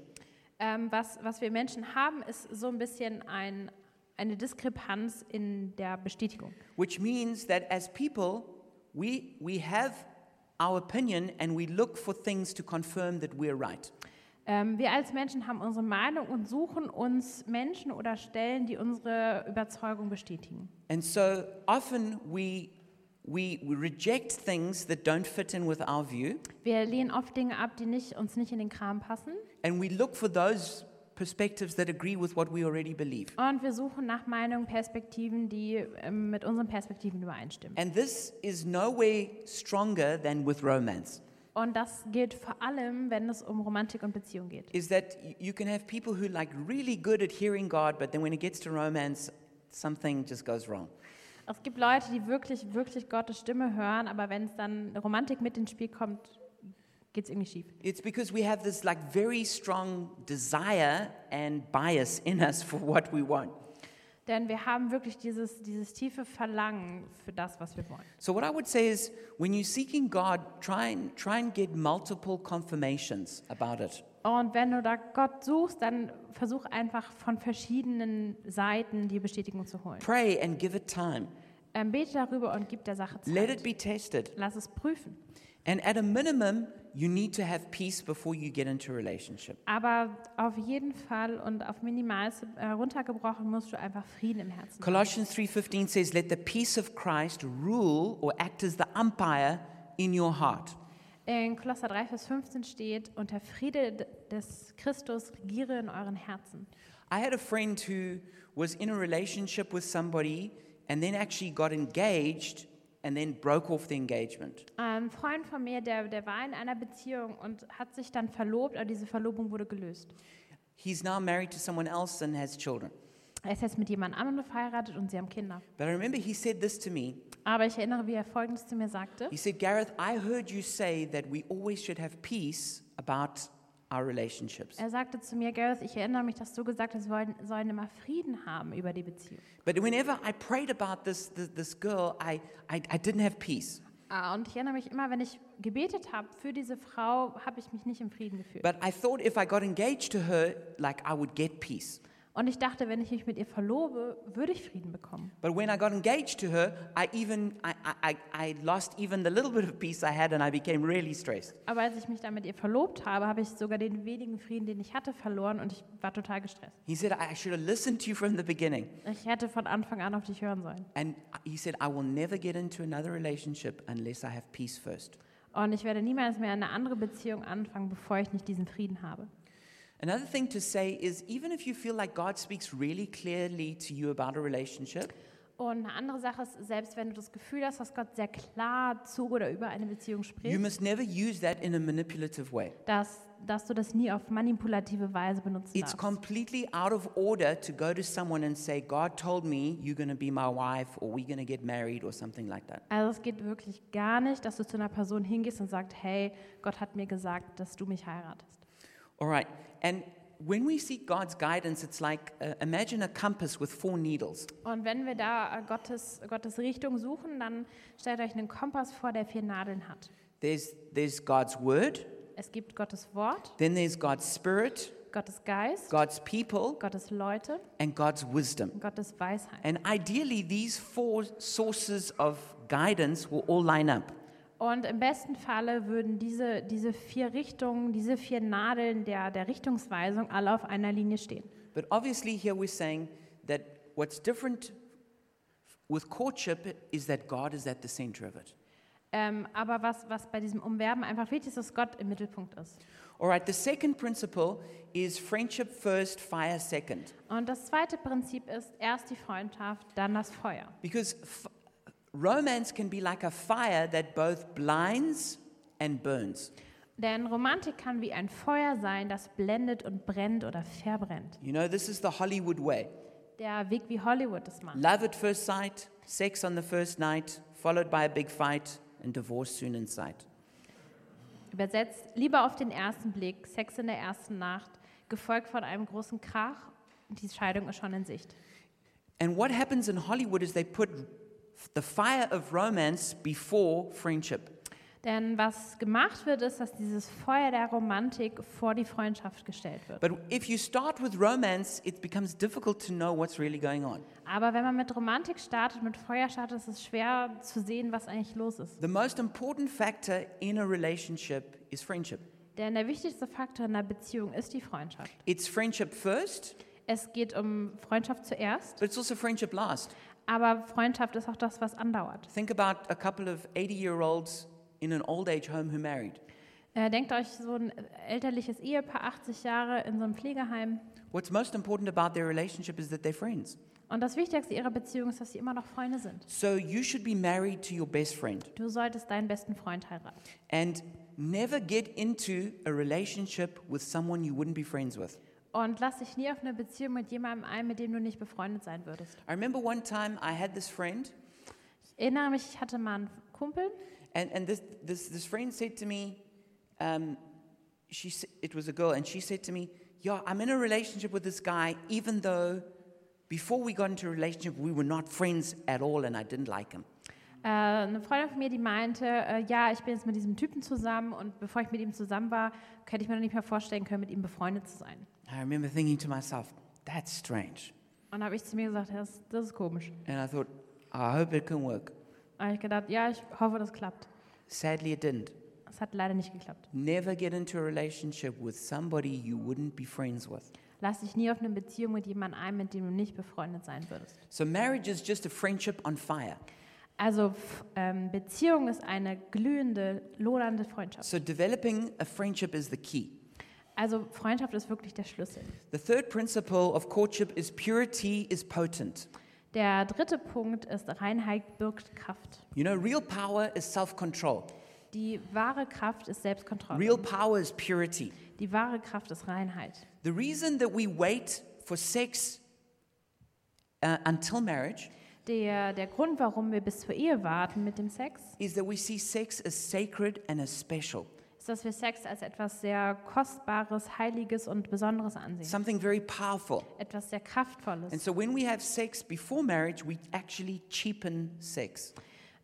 Ähm, was, was wir Menschen haben, ist so ein bisschen ein, eine Diskrepanz in der Bestätigung. which means that as people, we, we have our opinion and we look for things to confirm that we're right. Ähm, wir als Menschen haben unsere Meinung und suchen uns Menschen oder Stellen, die unsere Überzeugung bestätigen. And so often we, we, we reject things that don't fit in with our view Wir lehnen oft Dinge ab, die nicht, uns nicht in den Kram passen. and we look for those perspectives that agree with what we already believe. Und wir suchen nach Meinungen, Perspektiven, die ähm, mit unseren Perspektiven übereinstimmen. And this is no way stronger than with romance. Und das gilt vor allem, wenn es um Romantik und Beziehung geht. Is that y- you can have people who like really good at hearing God, but then when it gets to romance, something just goes wrong. Es gibt Leute, die wirklich, wirklich Gottes Stimme hören, aber wenn es dann Romantik mit ins Spiel kommt, geht es irgendwie schief. It's because we have this like very strong desire and bias in us for what we want. Denn wir haben wirklich dieses, dieses tiefe Verlangen für das, was wir wollen. So what I would say is when you're seeking God, try and try and get multiple confirmations about it. Und wenn du da Gott suchst, dann versuch einfach von verschiedenen Seiten die Bestätigung zu holen. Pray and give it time. Ähm, bete darüber und gib der Sache Let it Zeit. be tested. Lass es prüfen. And at a minimum, you need to have peace before you get into a relationship. Aber auf jeden Fall und auf minimalste äh, runtergebrochen musst du einfach Frieden im Herzen. haben. Colossians 3:15 says let the peace of Christ rule or act as the umpire in your heart. In Kolosser 3, Vers 15 steht, und der Friede d- des Christus regiere in euren Herzen. I had a friend who was in a relationship with somebody and then actually got engaged and then broke off the engagement. Ein Freund von mir, der, der war in einer Beziehung und hat sich dann verlobt, aber diese Verlobung wurde gelöst. He's now married to someone else and has children. Er ist jetzt mit jemand anderem verheiratet und sie haben Kinder. But I remember he said this to me. Aber ich erinnere, wie er Folgendes zu mir sagte. He said, Gareth, I heard you say that we always should have peace about our relationships. Er sagte zu mir, Gareth, ich erinnere mich, dass du gesagt hast, wir wollen- sollen immer Frieden haben über die Beziehung. But whenever I prayed about this, this, this girl, I, I, I didn't have peace. Ah, Und ich erinnere mich immer, wenn ich gebetet habe für diese Frau, habe ich mich nicht im Frieden gefühlt. But I thought if I got engaged to her, like I would get peace. Und ich dachte, wenn ich mich mit ihr verlobe, würde ich Frieden bekommen. But when I got engaged to her, I even I, I, I- I lost even the little bit of peace I had and I became really stressed. Aber als ich mich dann mit ihr verlobt habe, habe ich sogar den wenigen Frieden, den ich hatte, verloren und ich war total gestresst. He said, I I should have listened to you from the beginning. Ich hätte von Anfang an auf dich hören sollen. And he said, I will never get into another relationship unless I have peace first. Und ich werde niemals mehr eine andere Beziehung anfangen, bevor ich nicht diesen Frieden habe. Another thing to say is even if you feel like God speaks really clearly to you about a relationship, Und eine andere Sache ist, selbst wenn du das Gefühl hast, dass Gott sehr klar zu oder über eine Beziehung you spricht, must never use that in a manipulative way. dass, dass du das nie auf manipulative Weise benutzen It's darfst. completely out of order to go to someone and say, God told me you're going to be my wife or we're going to get married or something like that. Also es geht wirklich gar nicht, dass du zu einer Person hingehst und sagst, hey, Gott hat mir gesagt, dass du mich heiratest. All right. And when we seek God's guidance, it's like uh, imagine a compass with four needles. Und wenn wir da äh, Gottes, Gottes Richtung suchen, dann stellt euch einen Kompass vor, der vier Nadeln hat. There's, there's God's word, Es gibt Gottes Wort, then there's God's spirit, Gottes Geist, God's people, Gottes Leute and God's wisdom. und Gottes Weisheit. And ideally, these four sources of guidance will all line up. Und im besten Falle würden diese, diese vier Richtungen, diese vier Nadeln der, der Richtungsweisung alle auf einer Linie stehen. But obviously, here we're saying that what's different with courtship is that God is at the center of it. Ähm, aber was, was bei diesem Umwerben einfach wichtig ist, dass Gott im Mittelpunkt ist. All right, the second principle is friendship first, fire second. Und das zweite Prinzip ist erst die Freundschaft, dann das Feuer. Because f- romance can be like a fire that both blinds and burns. Denn Romantik kann wie ein Feuer sein, das blendet und brennt oder verbrennt. You know, this is the Hollywood way Der Weg wie Hollywood das macht. love at first sight, sex on the first night, followed by a big fight, and divorce soon in sight. Übersetzt, lieber auf den ersten Blick, Sex in der ersten Nacht, gefolgt von einem großen Krach, die Scheidung ist schon in Sicht. And what happens in Hollywood is they put the fire of romance before friendship. Denn was gemacht wird, ist, dass dieses Feuer der Romantik vor die Freundschaft gestellt wird. But if you start with romance, it becomes difficult to know what's really going on. Aber wenn man mit Romantik startet, mit Feuer startet, ist es schwer zu sehen, was eigentlich los ist. The most important factor in a relationship is friendship. Denn der wichtigste Faktor in einer Beziehung ist die Freundschaft. It's friendship first, Es geht um Freundschaft zuerst, but it's also friendship last. aber Freundschaft ist auch das, was andauert. Think about a couple of 80 year olds in an old age home who married. Äh, denkt euch so ein elterliches Ehepaar, 80 Jahre, in so einem Pflegeheim. What's most important about their relationship is that they're friends. Und das Wichtigste ihrer Beziehung ist, dass sie immer noch Freunde sind. So you should be married to your best friend Du solltest deinen besten Freund heiraten. and never get into a relationship with someone you wouldn't be friends with. Und lass dich nie auf eine Beziehung mit jemandem ein, mit dem du nicht befreundet sein würdest. I remember one time I had this friend, Ich erinnere mich, ich hatte mal einen Kumpel and, and this, this, this friend said to me, um, she, s- it was a girl, and she said to me, Yeah, I'm in a relationship with this guy, even though before we got into a relationship, we were not friends at all, and I didn't like him. Äh, eine Freundin von mir, die meinte, äh, ja, ich bin jetzt mit diesem Typen zusammen und bevor ich mit ihm zusammen war, hätte ich mir noch nicht mehr vorstellen können, mit ihm befreundet zu sein. I remember thinking to myself, that's strange. Und da habe ich zu mir gesagt, das, das ist komisch. And I thought, I hope it can work. Da habe ich gedacht, ja, ich hoffe, das klappt. Sadly, it didn't. Es hat leider nicht geklappt. Never get into a relationship with somebody you wouldn't be friends with. Lass dich nie auf eine Beziehung mit jemandem ein, mit dem du nicht befreundet sein würdest. So, marriage is just a friendship on fire. Also f- ähm, Beziehung ist eine glühende, lodernde Freundschaft. So, developing a friendship is the key. Also Freundschaft ist wirklich der Schlüssel. The third principle of courtship is purity is potent. Der dritte Punkt ist Reinheit birgt Kraft. You know, real power is self control, Die wahre Kraft ist Selbstkontrolle. real power is purity. Die wahre Kraft ist Reinheit. The reason that we wait for sex uh, until marriage Der, der Grund, warum wir bis zur Ehe warten mit dem Sex, is that we see sex as sacred and as special, ist, dass wir Sex als etwas sehr Kostbares, Heiliges und Besonderes ansehen. something very powerful. Etwas sehr Kraftvolles. And so when we have sex before marriage, we actually cheapen sex.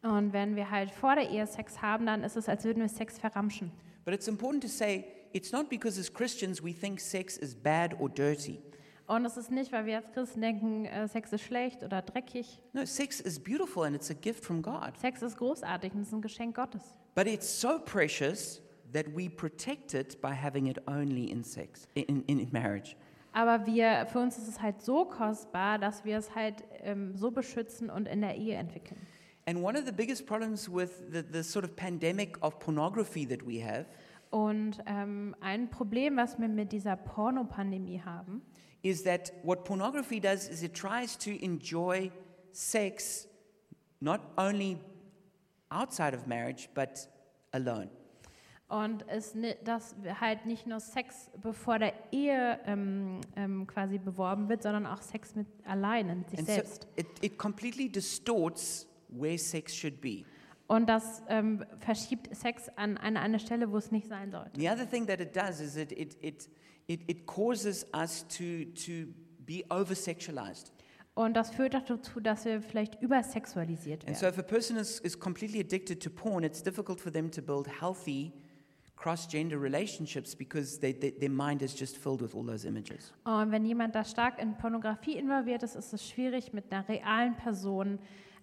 Und wenn wir halt vor der Ehe Sex haben, dann ist es, als würden wir Sex verramschen. But it's important to say it's not because as Christians we think sex is bad or dirty. Und es ist nicht, weil wir als Christen denken, äh, Sex ist schlecht oder dreckig. No, sex is beautiful and it's a gift from God. Sex ist großartig und es ist ein Geschenk Gottes. But it's so precious that we protect it by having it only in sex, in, in marriage. Aber wir, für uns ist es halt so kostbar, dass wir es halt ähm, so beschützen und in der Ehe entwickeln. And one of the biggest problems with the, the sort of pandemic of pornography that we have Und ähm, ein Problem, was wir mit dieser Pornopandemie haben, is that what pornography does is it tries to enjoy sex not only outside of marriage but alone. und ist, ni- dass halt nicht nur Sex bevor der Ehe ähm, ähm, quasi beworben wird, sondern auch Sex mit allein in sich And so selbst. it, it completely distorts where sex should be. Und das ähm, verschiebt Sex an eine, eine Stelle, wo es nicht sein sollte. The other thing that it does is it, it, it, it, it causes us to, to be over sexualized. Und das führt auch dazu, dass wir vielleicht übersexualisiert And werden. so, if a person is, is completely addicted to porn, it's difficult for them to build healthy cross gender relationships because they, they, their mind is just filled with all those images. Und wenn jemand da stark in Pornografie involviert ist, ist es schwierig, mit einer realen Person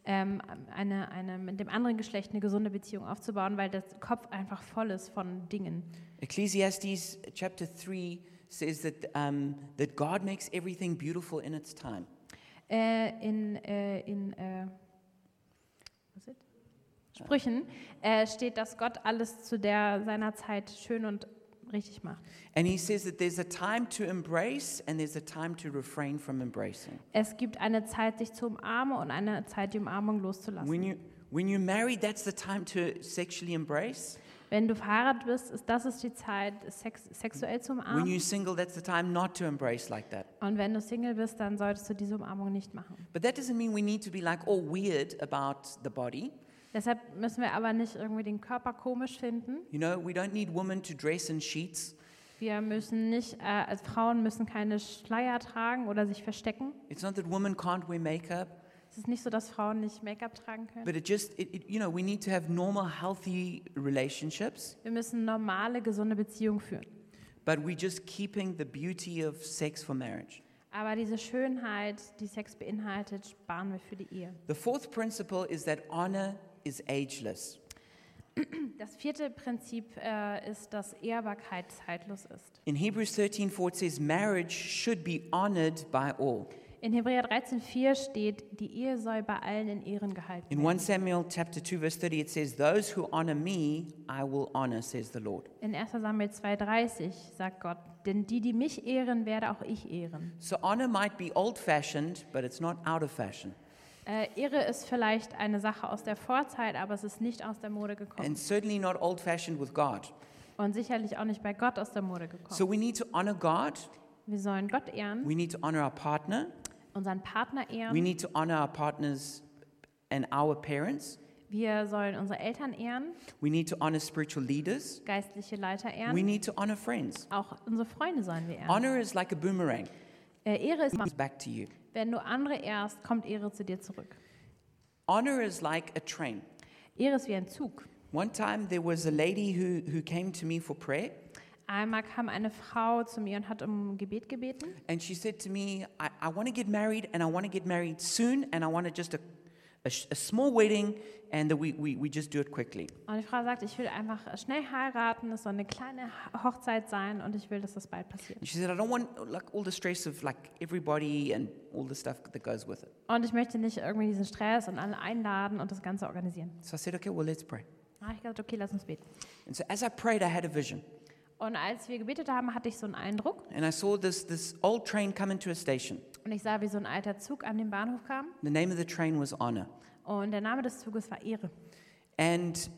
ähm, eine, eine, mit dem anderen Geschlecht eine gesunde Beziehung aufzubauen, weil der Kopf einfach voll ist von Dingen. Ecclesiastes chapter 3 says that, um, that God makes everything beautiful in its time. Äh, in äh, in äh, was ist? Sprüchen äh, steht, dass Gott alles zu der seiner Zeit schön und richtig macht. And he says that there's a time to embrace and there's a time to refrain from embracing. Es gibt eine Zeit, sich zu umarmen und eine Zeit, die Umarmung loszulassen. When you when you're married, that's the time to sexually embrace. Wenn du verheiratet bist, ist das ist die Zeit, Sex, sexuell zu When umarmen. you're single, that's the time not to embrace like that. Und wenn du Single bist, dann solltest du diese Umarmung nicht machen. But that doesn't mean we need to be like all weird about the body. Deshalb müssen wir aber nicht irgendwie den Körper komisch finden. You know, we don't need women to dress in sheets. Wir müssen nicht, äh, als Frauen müssen keine Schleier tragen oder sich verstecken. It's not that women can't wear makeup, Es ist nicht so, dass Frauen nicht Make-up tragen können. but it just it, it, you know we need to have normal, healthy relationships. Wir müssen normale, gesunde Beziehungen führen. But we're just keeping the beauty of sex for marriage. Aber diese Schönheit, die Sex beinhaltet, sparen wir für die Ehe. The fourth principle is that honor is ageless. Das vierte Prinzip äh, ist, dass Ehrbarkeit zeitlos ist. In Hebrews 13:4 it says, "Marriage should be honored by all." In Hebräer 13,4 steht, die Ehe soll bei allen in Ehren gehalten In werden. 1 Samuel chapter 2 verse 30 it says those who honor me I will honor says the Lord. In 1. Samuel 2,30 sagt Gott, denn die, die mich ehren, werde auch ich ehren. So honor might be old fashioned but it's not out of fashion. Äh, Ehre ist vielleicht eine Sache aus der Vorzeit, aber es ist nicht aus der Mode gekommen. And certainly not old fashioned with God. Und sicherlich auch nicht bei Gott aus der Mode So gekommen. we need to honor God, Wir sollen Gott ehren, we need to honor our partner, unseren Partner we ehren, need to honor our partners and our parents, wir sollen unsere Eltern ehren, we need to honor spiritual leaders, geistliche Leiter we ehren, need to honor friends. auch unsere Freunde sollen wir ehren. Honor is like a boomerang. Äh, Ehre ist, It's back to you. wenn du andere ehrst, kommt Ehre zu dir zurück. Honor is like a train. Ehre ist wie ein Zug. One time there was a lady who, who came to me for prayer Einmal kam eine Frau zu mir und hat um Gebet gebeten. And she said to me, I, I want to get married and I want to get married soon and I want to just a, a, sh- a small wedding and that we, we, we just do it quickly. Und die Frau sagt, ich will einfach schnell heiraten, es soll eine kleine Hochzeit sein und ich will, dass das bald passiert. And she said, I don't want like all the stress of like everybody and all the stuff that goes with it. Und ich möchte nicht irgendwie diesen Stress und alle einladen und das Ganze organisieren. So I said, okay, well, let's pray. Da habe ich gesagt, okay, lass uns beten. And so as I prayed, I had a vision. Und als wir gebetet haben, hatte ich so einen Eindruck And I saw this, this old train come into a station. und ich sah, wie so ein alter Zug an den Bahnhof kam The name of the train was Honor. und der Name des Zuges war Ehre. And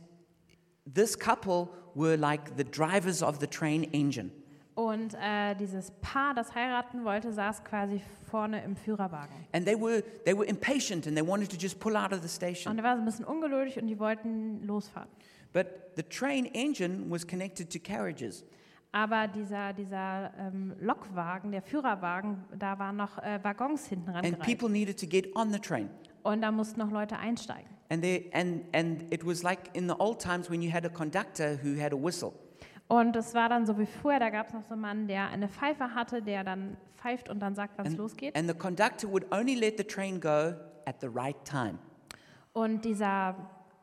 this couple were like the drivers of the train engine. Und äh, dieses Paar, das heiraten wollte, saß quasi vorne im Führerwagen. And they were, they were impatient and they wanted to just pull out of the Und station. er war so ein bisschen ungeduldig und die wollten losfahren. But the train engine was connected to carriages. Aber dieser, dieser ähm, Lokwagen, der Führerwagen, da waren noch äh, Waggons hinten And rangereiht. people needed to get on the train. Und da mussten noch Leute einsteigen. And, they, and, and it was like in the old times when you had a conductor who had a whistle. Und das war dann so wie vorher, da gab es noch so einen Mann, der eine Pfeife hatte, der dann pfeift und dann sagt, wann es losgeht. And the conductor would only let the train go at the right time. Und dieser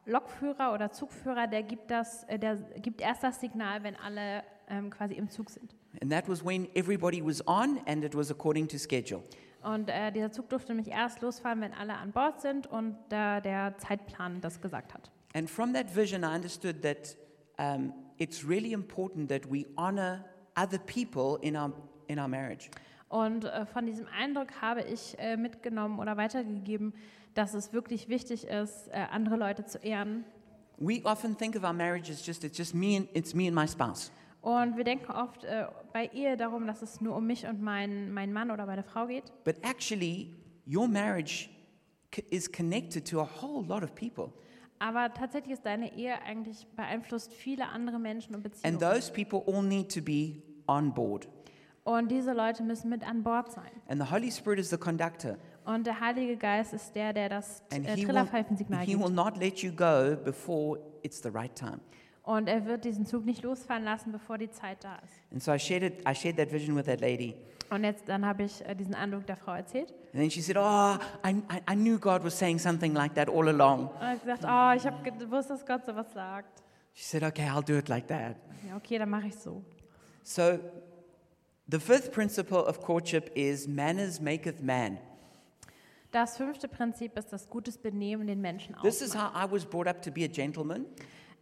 Lokführer oder Zugführer, der gibt, das, äh, der gibt erst das Signal, wenn alle ähm, quasi im Zug sind. And that was when everybody was on and it was according to schedule. Und äh, dieser Zug durfte nämlich erst losfahren, wenn alle an Bord sind und da der Zeitplan das gesagt hat. And from that vision, I understood that um, it's really important that we honor other people in our, in our marriage. Und äh, von diesem Eindruck habe ich äh, mitgenommen oder weitergegeben, dass es wirklich wichtig ist, äh, andere Leute zu ehren. We often think of our marriage as just, it's just me and, it's me and my spouse. Und wir denken oft äh, bei Ehe darum, dass es nur um mich und meinen meinen Mann oder meine Frau geht. But actually, your marriage c- is connected to a whole lot of people. Aber tatsächlich ist deine Ehe eigentlich beeinflusst viele andere Menschen und And Beziehungen. those people all need to be on board. Und diese Leute müssen mit an Bord sein. And the Holy Spirit is the conductor. Und der Heilige Geist ist der, der das And äh, he will, Trillerpfeifensignal he will gibt. not let you go before it's the right time. Und er wird diesen Zug nicht losfahren lassen, bevor die Zeit da ist. And so I shared, it, I shared that vision with that lady. Und jetzt, dann habe ich äh, diesen Eindruck der Frau erzählt. And then she said, Oh, I, I, I knew God was saying something like that all along. Und er hat gesagt, oh, ich habe gewusst, dass Gott sowas sagt. She said, Okay, I'll do it like that. Ja, okay, dann mache ich so. So, the fifth principle of courtship is manners maketh man. Das fünfte Prinzip ist das gutes Benehmen den Menschen This aus. is how I was brought up to be a gentleman.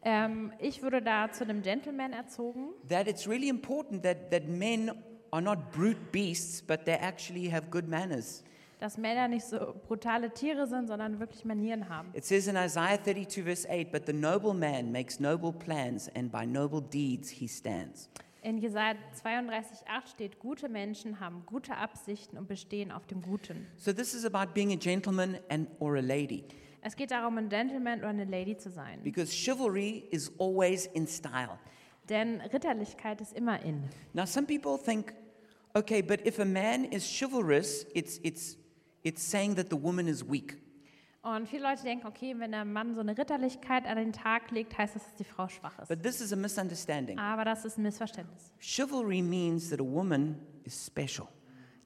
Ähm, ich wurde da zu einem Gentleman erzogen. That it's really important that, that men are not brute beasts, but they actually have good manners. dass Männer nicht so brutale Tiere sind, sondern wirklich Manieren haben. It says in Isaiah 32, verse 8, But the noble man makes noble plans, and by noble deeds he stands. In Jesaja 32,8 steht: Gute Menschen haben gute Absichten und bestehen auf dem Guten. So, this is about being a gentleman and, or a lady. Es geht darum, ein Gentleman oder eine Lady zu sein. Because chivalry is always in style. Denn Ritterlichkeit ist immer in. Now, some people think, okay, but if a man is chivalrous, it's, it's, it's saying that the woman is weak. Und viele Leute denken: Okay, wenn der Mann so eine Ritterlichkeit an den Tag legt, heißt das, dass die Frau schwach ist. But this is a misunderstanding. Aber das ist ein Missverständnis. Chivalry means that a woman is special.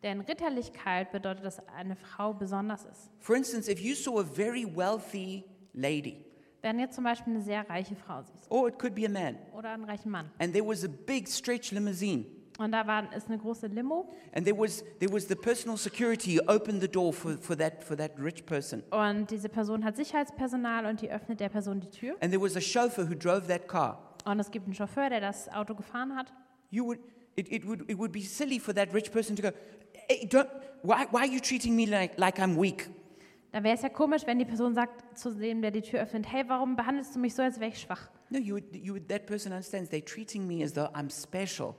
Denn Ritterlichkeit bedeutet, dass eine Frau besonders ist. For instance, if you saw a very wealthy lady, Wenn jetzt zum Beispiel eine sehr reiche Frau siehst or it could be a man, oder einen reichen Mann and there was a big stretch limousine, und da war, ist eine große Limo and there was, there was the personal security who opened the door for, for, that, for that rich person, Und diese Person hat Sicherheitspersonal und die öffnet der Person die Tür. and there was a chauffeur who drove that car, Und es gibt einen Chauffeur, der das Auto gefahren hat. You would, it, it, would, it would be silly for that rich person to go, hey, don't, why, why are you treating me like, like I'm weak? Da wäre es ja komisch, wenn die Person sagt zu dem, der die Tür öffnet, hey, warum behandelst du mich so, als wäre ich schwach? No, you would, you would, that person understands they're treating me as though I'm special.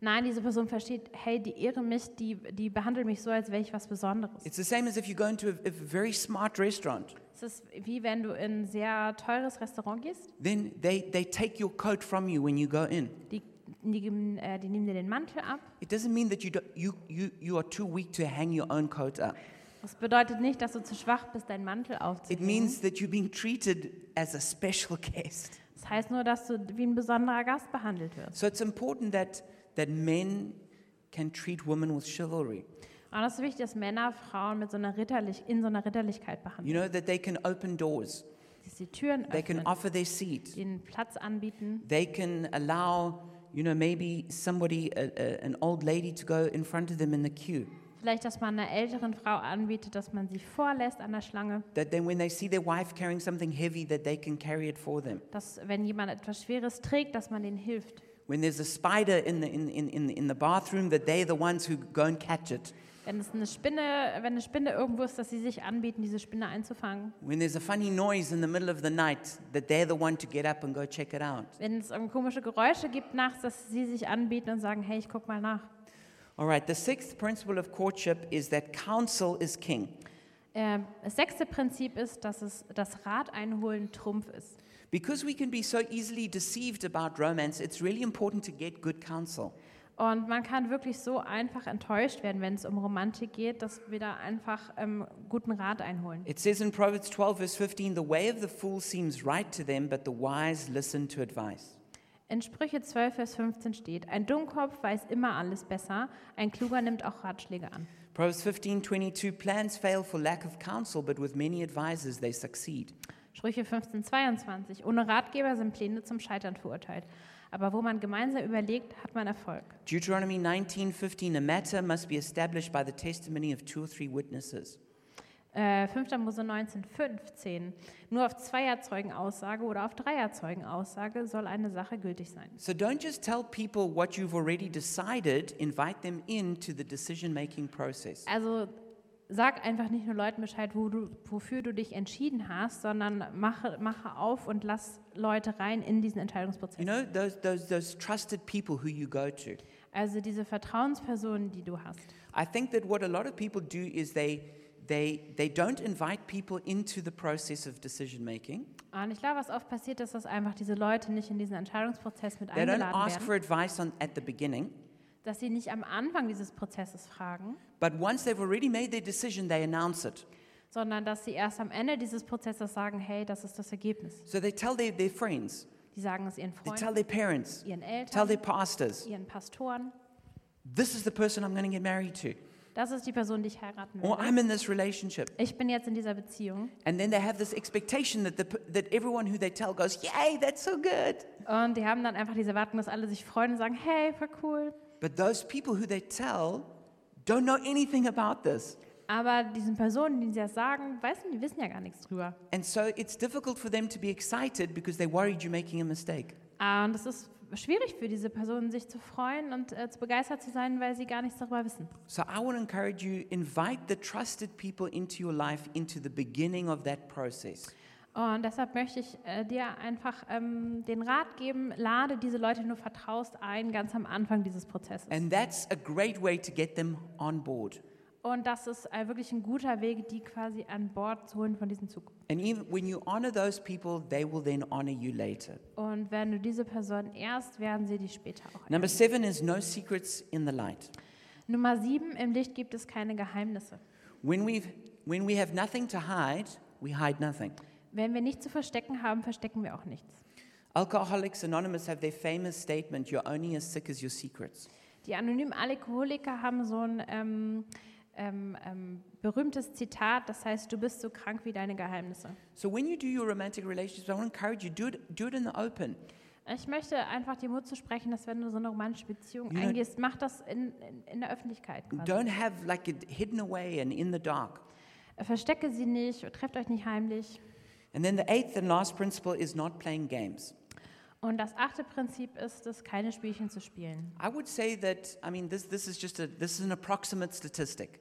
Nein, diese Person versteht, hey, die ehren mich, die, die behandeln mich so, als wäre ich was Besonderes. It's the same as if you go into a, a very smart restaurant, Es ist wie wenn du in ein sehr teures Restaurant gehst, then they, they take your coat from you when you go in. die, die, geben, äh, die nehmen dir den Mantel ab. It doesn't mean that you, don't, you, you, you are too weak to hang your own coat up. Das bedeutet nicht, dass du zu schwach bist, deinen Mantel It aufzunehmen. means that you're being treated as a special guest. Das heißt nur, dass du wie ein besonderer Gast behandelt wirst. So it's important that, that men can treat women with chivalry. Aber das ist wichtig, dass Männer Frauen mit so einer Ritterlich in so einer Ritterlichkeit You behandeln. know, that they can open doors, Dass die Türen they can öffnen, offer their seat, ihnen Platz anbieten. they can allow, you know, maybe somebody, a, a, an old lady, to go in front of them in the queue. Vielleicht, dass man einer älteren Frau anbietet, dass man sie vorlässt an der Schlange. That then, when they see their wife carrying something heavy, that they can carry it for them. Dass, wenn jemand etwas Schweres trägt, dass man denen hilft. When there's a spider in the, in, in, in, in the bathroom, that they're the ones who go and catch it. Wenn es eine Spinne, wenn eine Spinne irgendwo ist, dass sie sich anbieten, diese Spinne einzufangen. When there's a funny noise in the middle of the night, that they're the one to get up and go check it out. Wenn es ähm, komische Geräusche gibt nachts, dass sie sich anbieten und sagen, hey, ich guck mal nach. All right, the sixth principle of courtship is that counsel is king. Ähm, das sechste Prinzip ist, dass es das Rat einholen Trumpf ist. Because we can be so easily deceived about romance, it's really important to get good counsel. Und man kann wirklich so einfach enttäuscht werden, wenn es um Romantik geht, dass wir da einfach ähm, guten Rat einholen. It says in Proverbs 12, verse 15, the way of the fool seems right to them, but the wise listen to advice. In Sprüche 12, Vers 15 steht, ein Dummkopf weiß immer alles besser, ein Kluger nimmt auch Ratschläge an. Proverbs 15, 22, plans fail for lack of counsel, but with many advisers they succeed. Sprüche 15, 22, ohne Ratgeber sind Pläne zum Scheitern verurteilt. Aber wo man gemeinsam überlegt, hat man Erfolg. Deuteronomy 19, 15, a matter must be established by the testimony of two or three witnesses. Äh, 5. Mose 19, 15, nur auf Zweierzeugenaussage oder auf Dreierzeugenaussage soll eine Sache gültig sein. So don't just tell people what you've already decided, invite them into the decision making process. Also sag einfach nicht nur Leuten Bescheid, wo du, wofür du dich entschieden hast, sondern mache, mache auf und lass Leute rein in diesen Entscheidungsprozess. You know, those, those, those trusted people who you go to. Also diese Vertrauenspersonen, die du hast. I think that what a lot of people do is they, they, they don't invite people into the process of decision making. Ah, Und ich glaube, was oft passiert ist, dass einfach diese Leute nicht in diesen Entscheidungsprozess mit They don't eingeladen ask werden, for advice on, at the beginning, dass sie nicht am Anfang dieses Prozesses fragen, but once they've already made their decision, they announce it. sondern dass sie erst am Ende dieses Prozesses sagen, hey, das ist das Ergebnis. So they tell their, their friends, Die sagen es ihren they tell Freunden, their parents, ihren tell Eltern, their pastors, ihren Pastoren. this is the person I'm going to get married to, Das ist die Person, die ich heiraten or will. I'm in this relationship. Ich bin jetzt in dieser Beziehung. And then they have this expectation that, the, p- that everyone who they tell goes, Yay, that's so good. Und die haben dann einfach diese Erwartung, dass alle sich freuen und sagen, hey, voll cool. But those people who they tell don't know anything about this. Aber diesen Personen, die sie das sagen, wissen, die wissen ja gar nichts drüber. And so it's difficult for them to be excited because they're worried you're making a mistake. Ah, Und es ist schwierig für diese Personen, sich zu freuen und äh, zu begeistert zu sein, weil sie gar nichts darüber wissen. So I want to encourage you invite the trusted people into your life into the beginning of that process. Und deshalb möchte ich äh, dir einfach ähm, den Rat geben, lade diese Leute, die du vertraust, ein, ganz am Anfang dieses Prozesses. And that's a great way to get them on board. Und das ist äh, wirklich ein guter Weg, die quasi an Bord zu holen von diesem Zug. And even when you honor those people, they will then honor you later. Und wenn du diese Person erst, werden sie dich später auch. Number seven is no secrets in the light. Nummer sieben, im Licht gibt es keine Geheimnisse. When, we've, when we have nothing to hide, we hide nothing. Wenn wir nichts zu verstecken haben, verstecken wir auch nichts. Alcoholics Anonymous have their famous statement you're only as sick as your secrets. Die anonymen Alkoholiker haben so ein ähm, ähm, ähm, berühmtes Zitat, das heißt, du bist so krank wie deine Geheimnisse. So when you do your romantic relationships, I want to encourage you do it, do it in the open. Ich möchte einfach dir Mut zu sprechen, dass wenn du so eine romantische Beziehung Ja. eingehst, mach das in, in, in der Öffentlichkeit. Quasi. Don't have like it hidden away and in the dark. Verstecke sie nicht, trefft euch nicht heimlich. And then the eighth and last principle is not playing games. Und das achte Prinzip ist es, keine Spielchen zu spielen. I would say that I mean this this is just a this is an approximate statistic,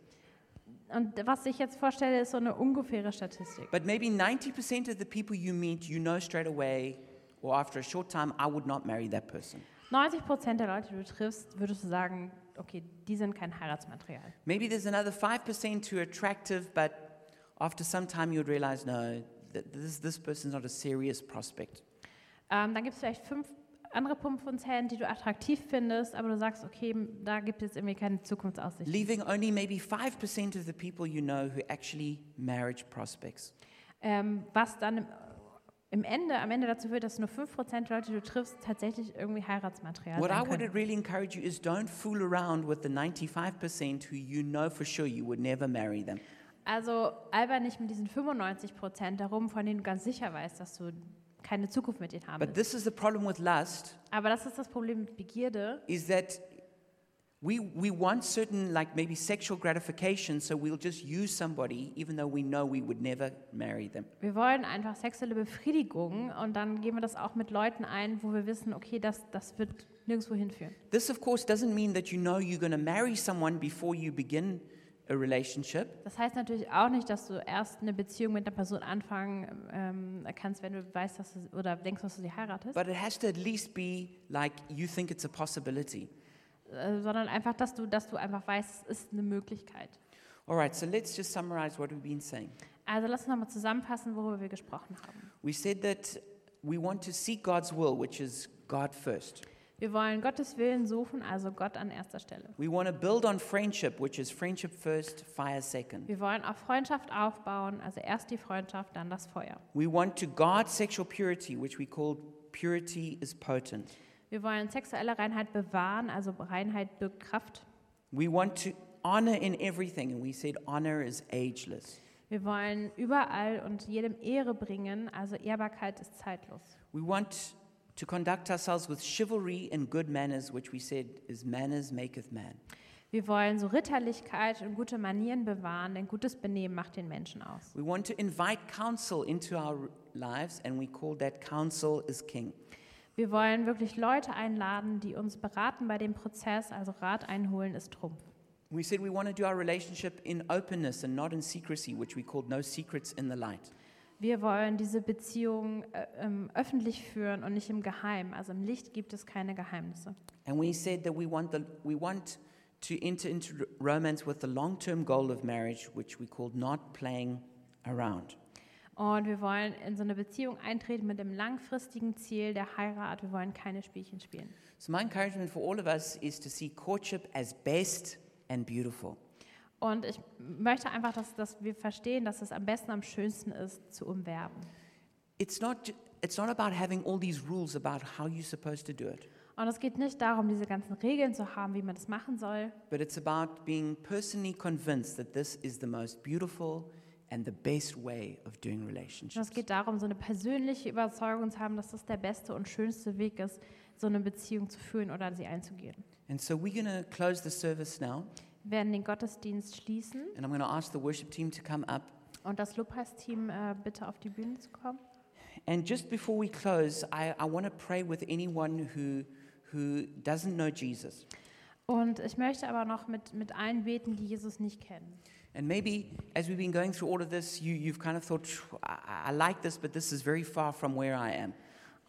Und was ich jetzt vorstelle, ist so eine ungefähre Statistik. but maybe 90% of the people you meet, you know straight away or after a short time I would not marry that person. 90 Prozent der Leute, die du triffst, würdest du sagen, okay, die sind kein Heiratsmaterial. Maybe there's another 5% who are attractive, but after some time you would realize, no, th- this, this person's not a serious prospect. Ähm, dann gibt es vielleicht fünf andere Pumpfunzellen, die du attraktiv findest, aber du sagst, okay, da gibt es irgendwie keine Zukunftsaussicht. Leaving only maybe 5% of the people you know who actually marriage prospects. Ähm, was dann im, im Ende, am Ende dazu führt, dass nur 5% der Leute, die du triffst, tatsächlich irgendwie Heiratsmaterial what I sein would können. really encourage you is don't fool around with the 95% who you know for sure you would never marry them. Also alber nicht mit diesen 95% darum, von denen du ganz sicher weißt, dass du keine Zukunft mit denen haben But willst. this is the problem with lust Aber das ist das Problem mit Begierde. is that we, we want certain like maybe sexual gratification so we'll just use somebody even though we know we would never marry them. Wir wollen einfach sexuelle Befriedigung und dann gehen wir das auch mit Leuten ein, wo wir wissen, okay, das, das wird nirgendwo hinführen. This, of course, doesn't mean that you know you're going to marry someone before you begin a relationship, Das heißt natürlich auch nicht, dass du erst eine Beziehung mit einer Person anfangen ähm, kannst, wenn du weißt, dass du, oder denkst, dass du sie heiratest, but it has to at least be like you think it's a possibility. äh, sondern einfach, dass du, dass du einfach weißt, es ist eine Möglichkeit. All right, so let's just summarize what we've been saying. Also lass uns nochmal zusammenfassen, worüber wir gesprochen haben. We said that we want to seek God's will, which is God first. Wir wollen Gottes Willen suchen, also Gott an erster Stelle. We want to build on friendship, which is friendship first, fire second. Wir wollen auf Freundschaft aufbauen, also erst die Freundschaft, dann das Feuer. We want to guard sexual purity, which we call purity is potent. Wir wollen sexuelle Reinheit bewahren, also Reinheit birgt Kraft. We want to honor in everything, and we said honor is ageless. Wir wollen überall und jedem Ehre bringen, also Ehrbarkeit ist zeitlos. We want to conduct ourselves with chivalry and good manners, which we said is manners maketh man. Wir wollen so Ritterlichkeit und gute Manieren bewahren, denn gutes Benehmen macht den Menschen aus. We want to invite counsel into our lives, and we call that counsel is king. Wir wollen wirklich Leute einladen, die uns beraten bei dem Prozess, also Rat einholen ist Trumpf. We said we want to do our relationship in openness and not in secrecy, which we called no secrets in the light. Wir wollen diese Beziehung äh, ähm, öffentlich führen und nicht im Geheim. Also im Licht gibt es keine Geheimnisse. And we said that we want, the, we want to enter into r- romance with the long term goal of marriage, which we called not playing around. Und wir wollen in so eine Beziehung eintreten mit dem langfristigen Ziel der Heirat. Wir wollen keine Spielchen spielen. So, my encouragement for all of us is to see courtship as best and beautiful. Und ich möchte einfach, dass, dass wir verstehen, dass es am besten, am schönsten ist, zu umwerben. It's not, ju- it's not about having all these rules about how you're supposed to do it, Und es geht nicht darum, diese ganzen Regeln zu haben, wie man das machen soll, but it's about being personally convinced that this is the most beautiful and the best way of doing relationships. sondern es geht darum, so eine persönliche Überzeugung zu haben, dass das der beste und schönste Weg ist, so eine Beziehung zu führen oder sie einzugehen. And so we're going to close the service now, Wir werden den Gottesdienst schließen and I'm going to ask the worship team to come up. und das Lobpreisteam äh, bitte auf die Bühne zu kommen. And just before we close, I, I want to pray with anyone who, who doesn't know Jesus. Und ich möchte aber noch mit, mit allen beten, die Jesus nicht kennen. And maybe as we've been going through all of this, you, you've kind of thought, "Phew, I, I like this, but this is very far from where I am.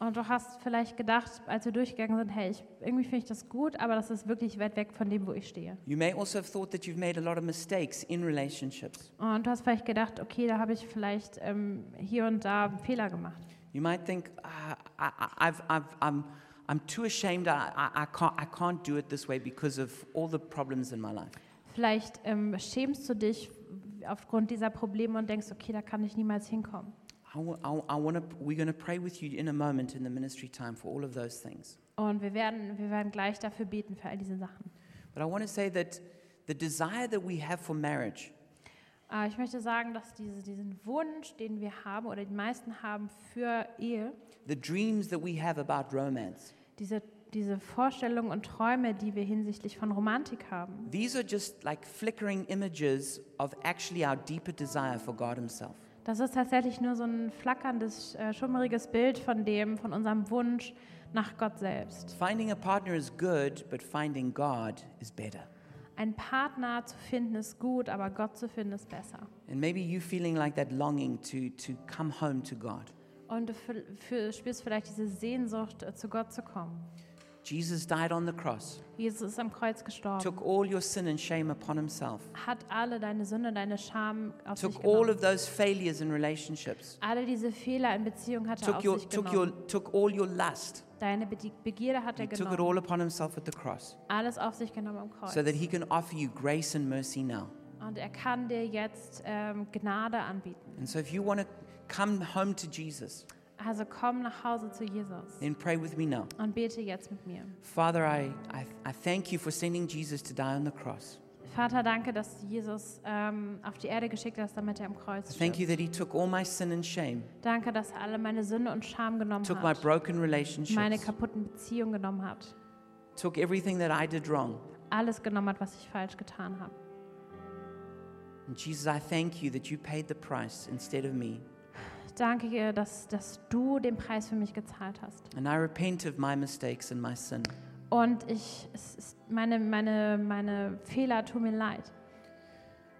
Und du hast vielleicht gedacht, als wir durchgegangen sind, hey, ich, irgendwie finde ich das gut, aber das ist wirklich weit weg von dem, wo ich stehe. You may also have thought that you've made a lot of mistakes in relationships. Und du hast vielleicht gedacht, okay, da habe ich vielleicht ähm, hier und da einen Fehler gemacht. You might think, ah, I, I, I've, I've, I'm, I'm too ashamed, I, I, I, can't, I can't do it this way because of all the problems in my life. Vielleicht ähm, schämst du dich aufgrund dieser Probleme und denkst, okay, da kann ich niemals hinkommen. I, wa- I, I want to, we're going to pray with you in a moment in the ministry time for all of those things. Und wir werden, wir werden gleich dafür beten, für all diese Sachen. But I want to say that the desire that we have for marriage Äh, ich möchte sagen, dass diese, diesen Wunsch, den wir haben oder die meisten haben für Ehe, the dreams that we have about romance. diese, diese Vorstellungen und Träume, die wir hinsichtlich von Romantik haben, These are just like flickering images of actually our deeper desire for God Himself. das ist tatsächlich nur so ein flackerndes, äh, schummriges Bild von dem, von unserem Wunsch nach Gott selbst. Finding a partner is good, but finding God is better. Einen Partner zu finden ist gut, aber Gott zu finden ist besser. And maybe you feeling like that longing to, to come home to God. Und du f- f- spürst vielleicht diese Sehnsucht, äh, zu Gott zu kommen. Jesus died on the cross, Jesus ist am Kreuz gestorben, took all your sin and shame upon Himself, hat alle deine Sünde, deine Scham auf sich took all genommen. of those failures in relationships. Alle diese Fehler in Beziehung hat er took auf your sich took genommen. your took all your lust. deine Be Begierde hat He er took it genommen. all upon himself at the cross, Alles auf sich genommen am Kreuz. so that he can offer you grace and mercy now. Und er kann dir jetzt ähm, Gnade anbieten. And so, if you want to come home to Jesus, Also komm nach Hause zu Jesus then pray with me now. und bete jetzt mit mir. Father, I, I, I thank you for sending Jesus to die on the cross. Vater, danke, dass du Jesus ähm, auf die Erde geschickt hast, damit er am I Kreuz thank stirbt. you that he took all my sin and shame, Danke, dass er alle meine Sünde und Scham genommen took my hat, broken meine relationships, kaputten Beziehungen genommen hat, took everything that I did wrong. alles genommen hat, was ich falsch getan habe. And Jesus, I thank you that you paid the price instead of me. Danke dir, dass, dass du den Preis für mich gezahlt hast. And I repent of my mistakes and my sin. Und ich, es ist meine, meine, meine Fehler tun mir leid.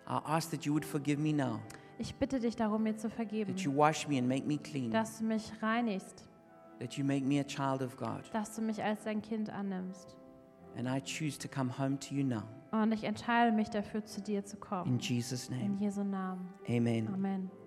I ask that you would forgive me now, Ich bitte dich darum, mir zu vergeben, that you wash me and make me clean, dass du mich reinigst, that you make me a child of God. dass du mich als dein Kind annimmst. And I choose to come home to you now. Und ich entscheide mich dafür, zu dir zu kommen. In Jesus' In name, Jesu Namen. amen. Amen.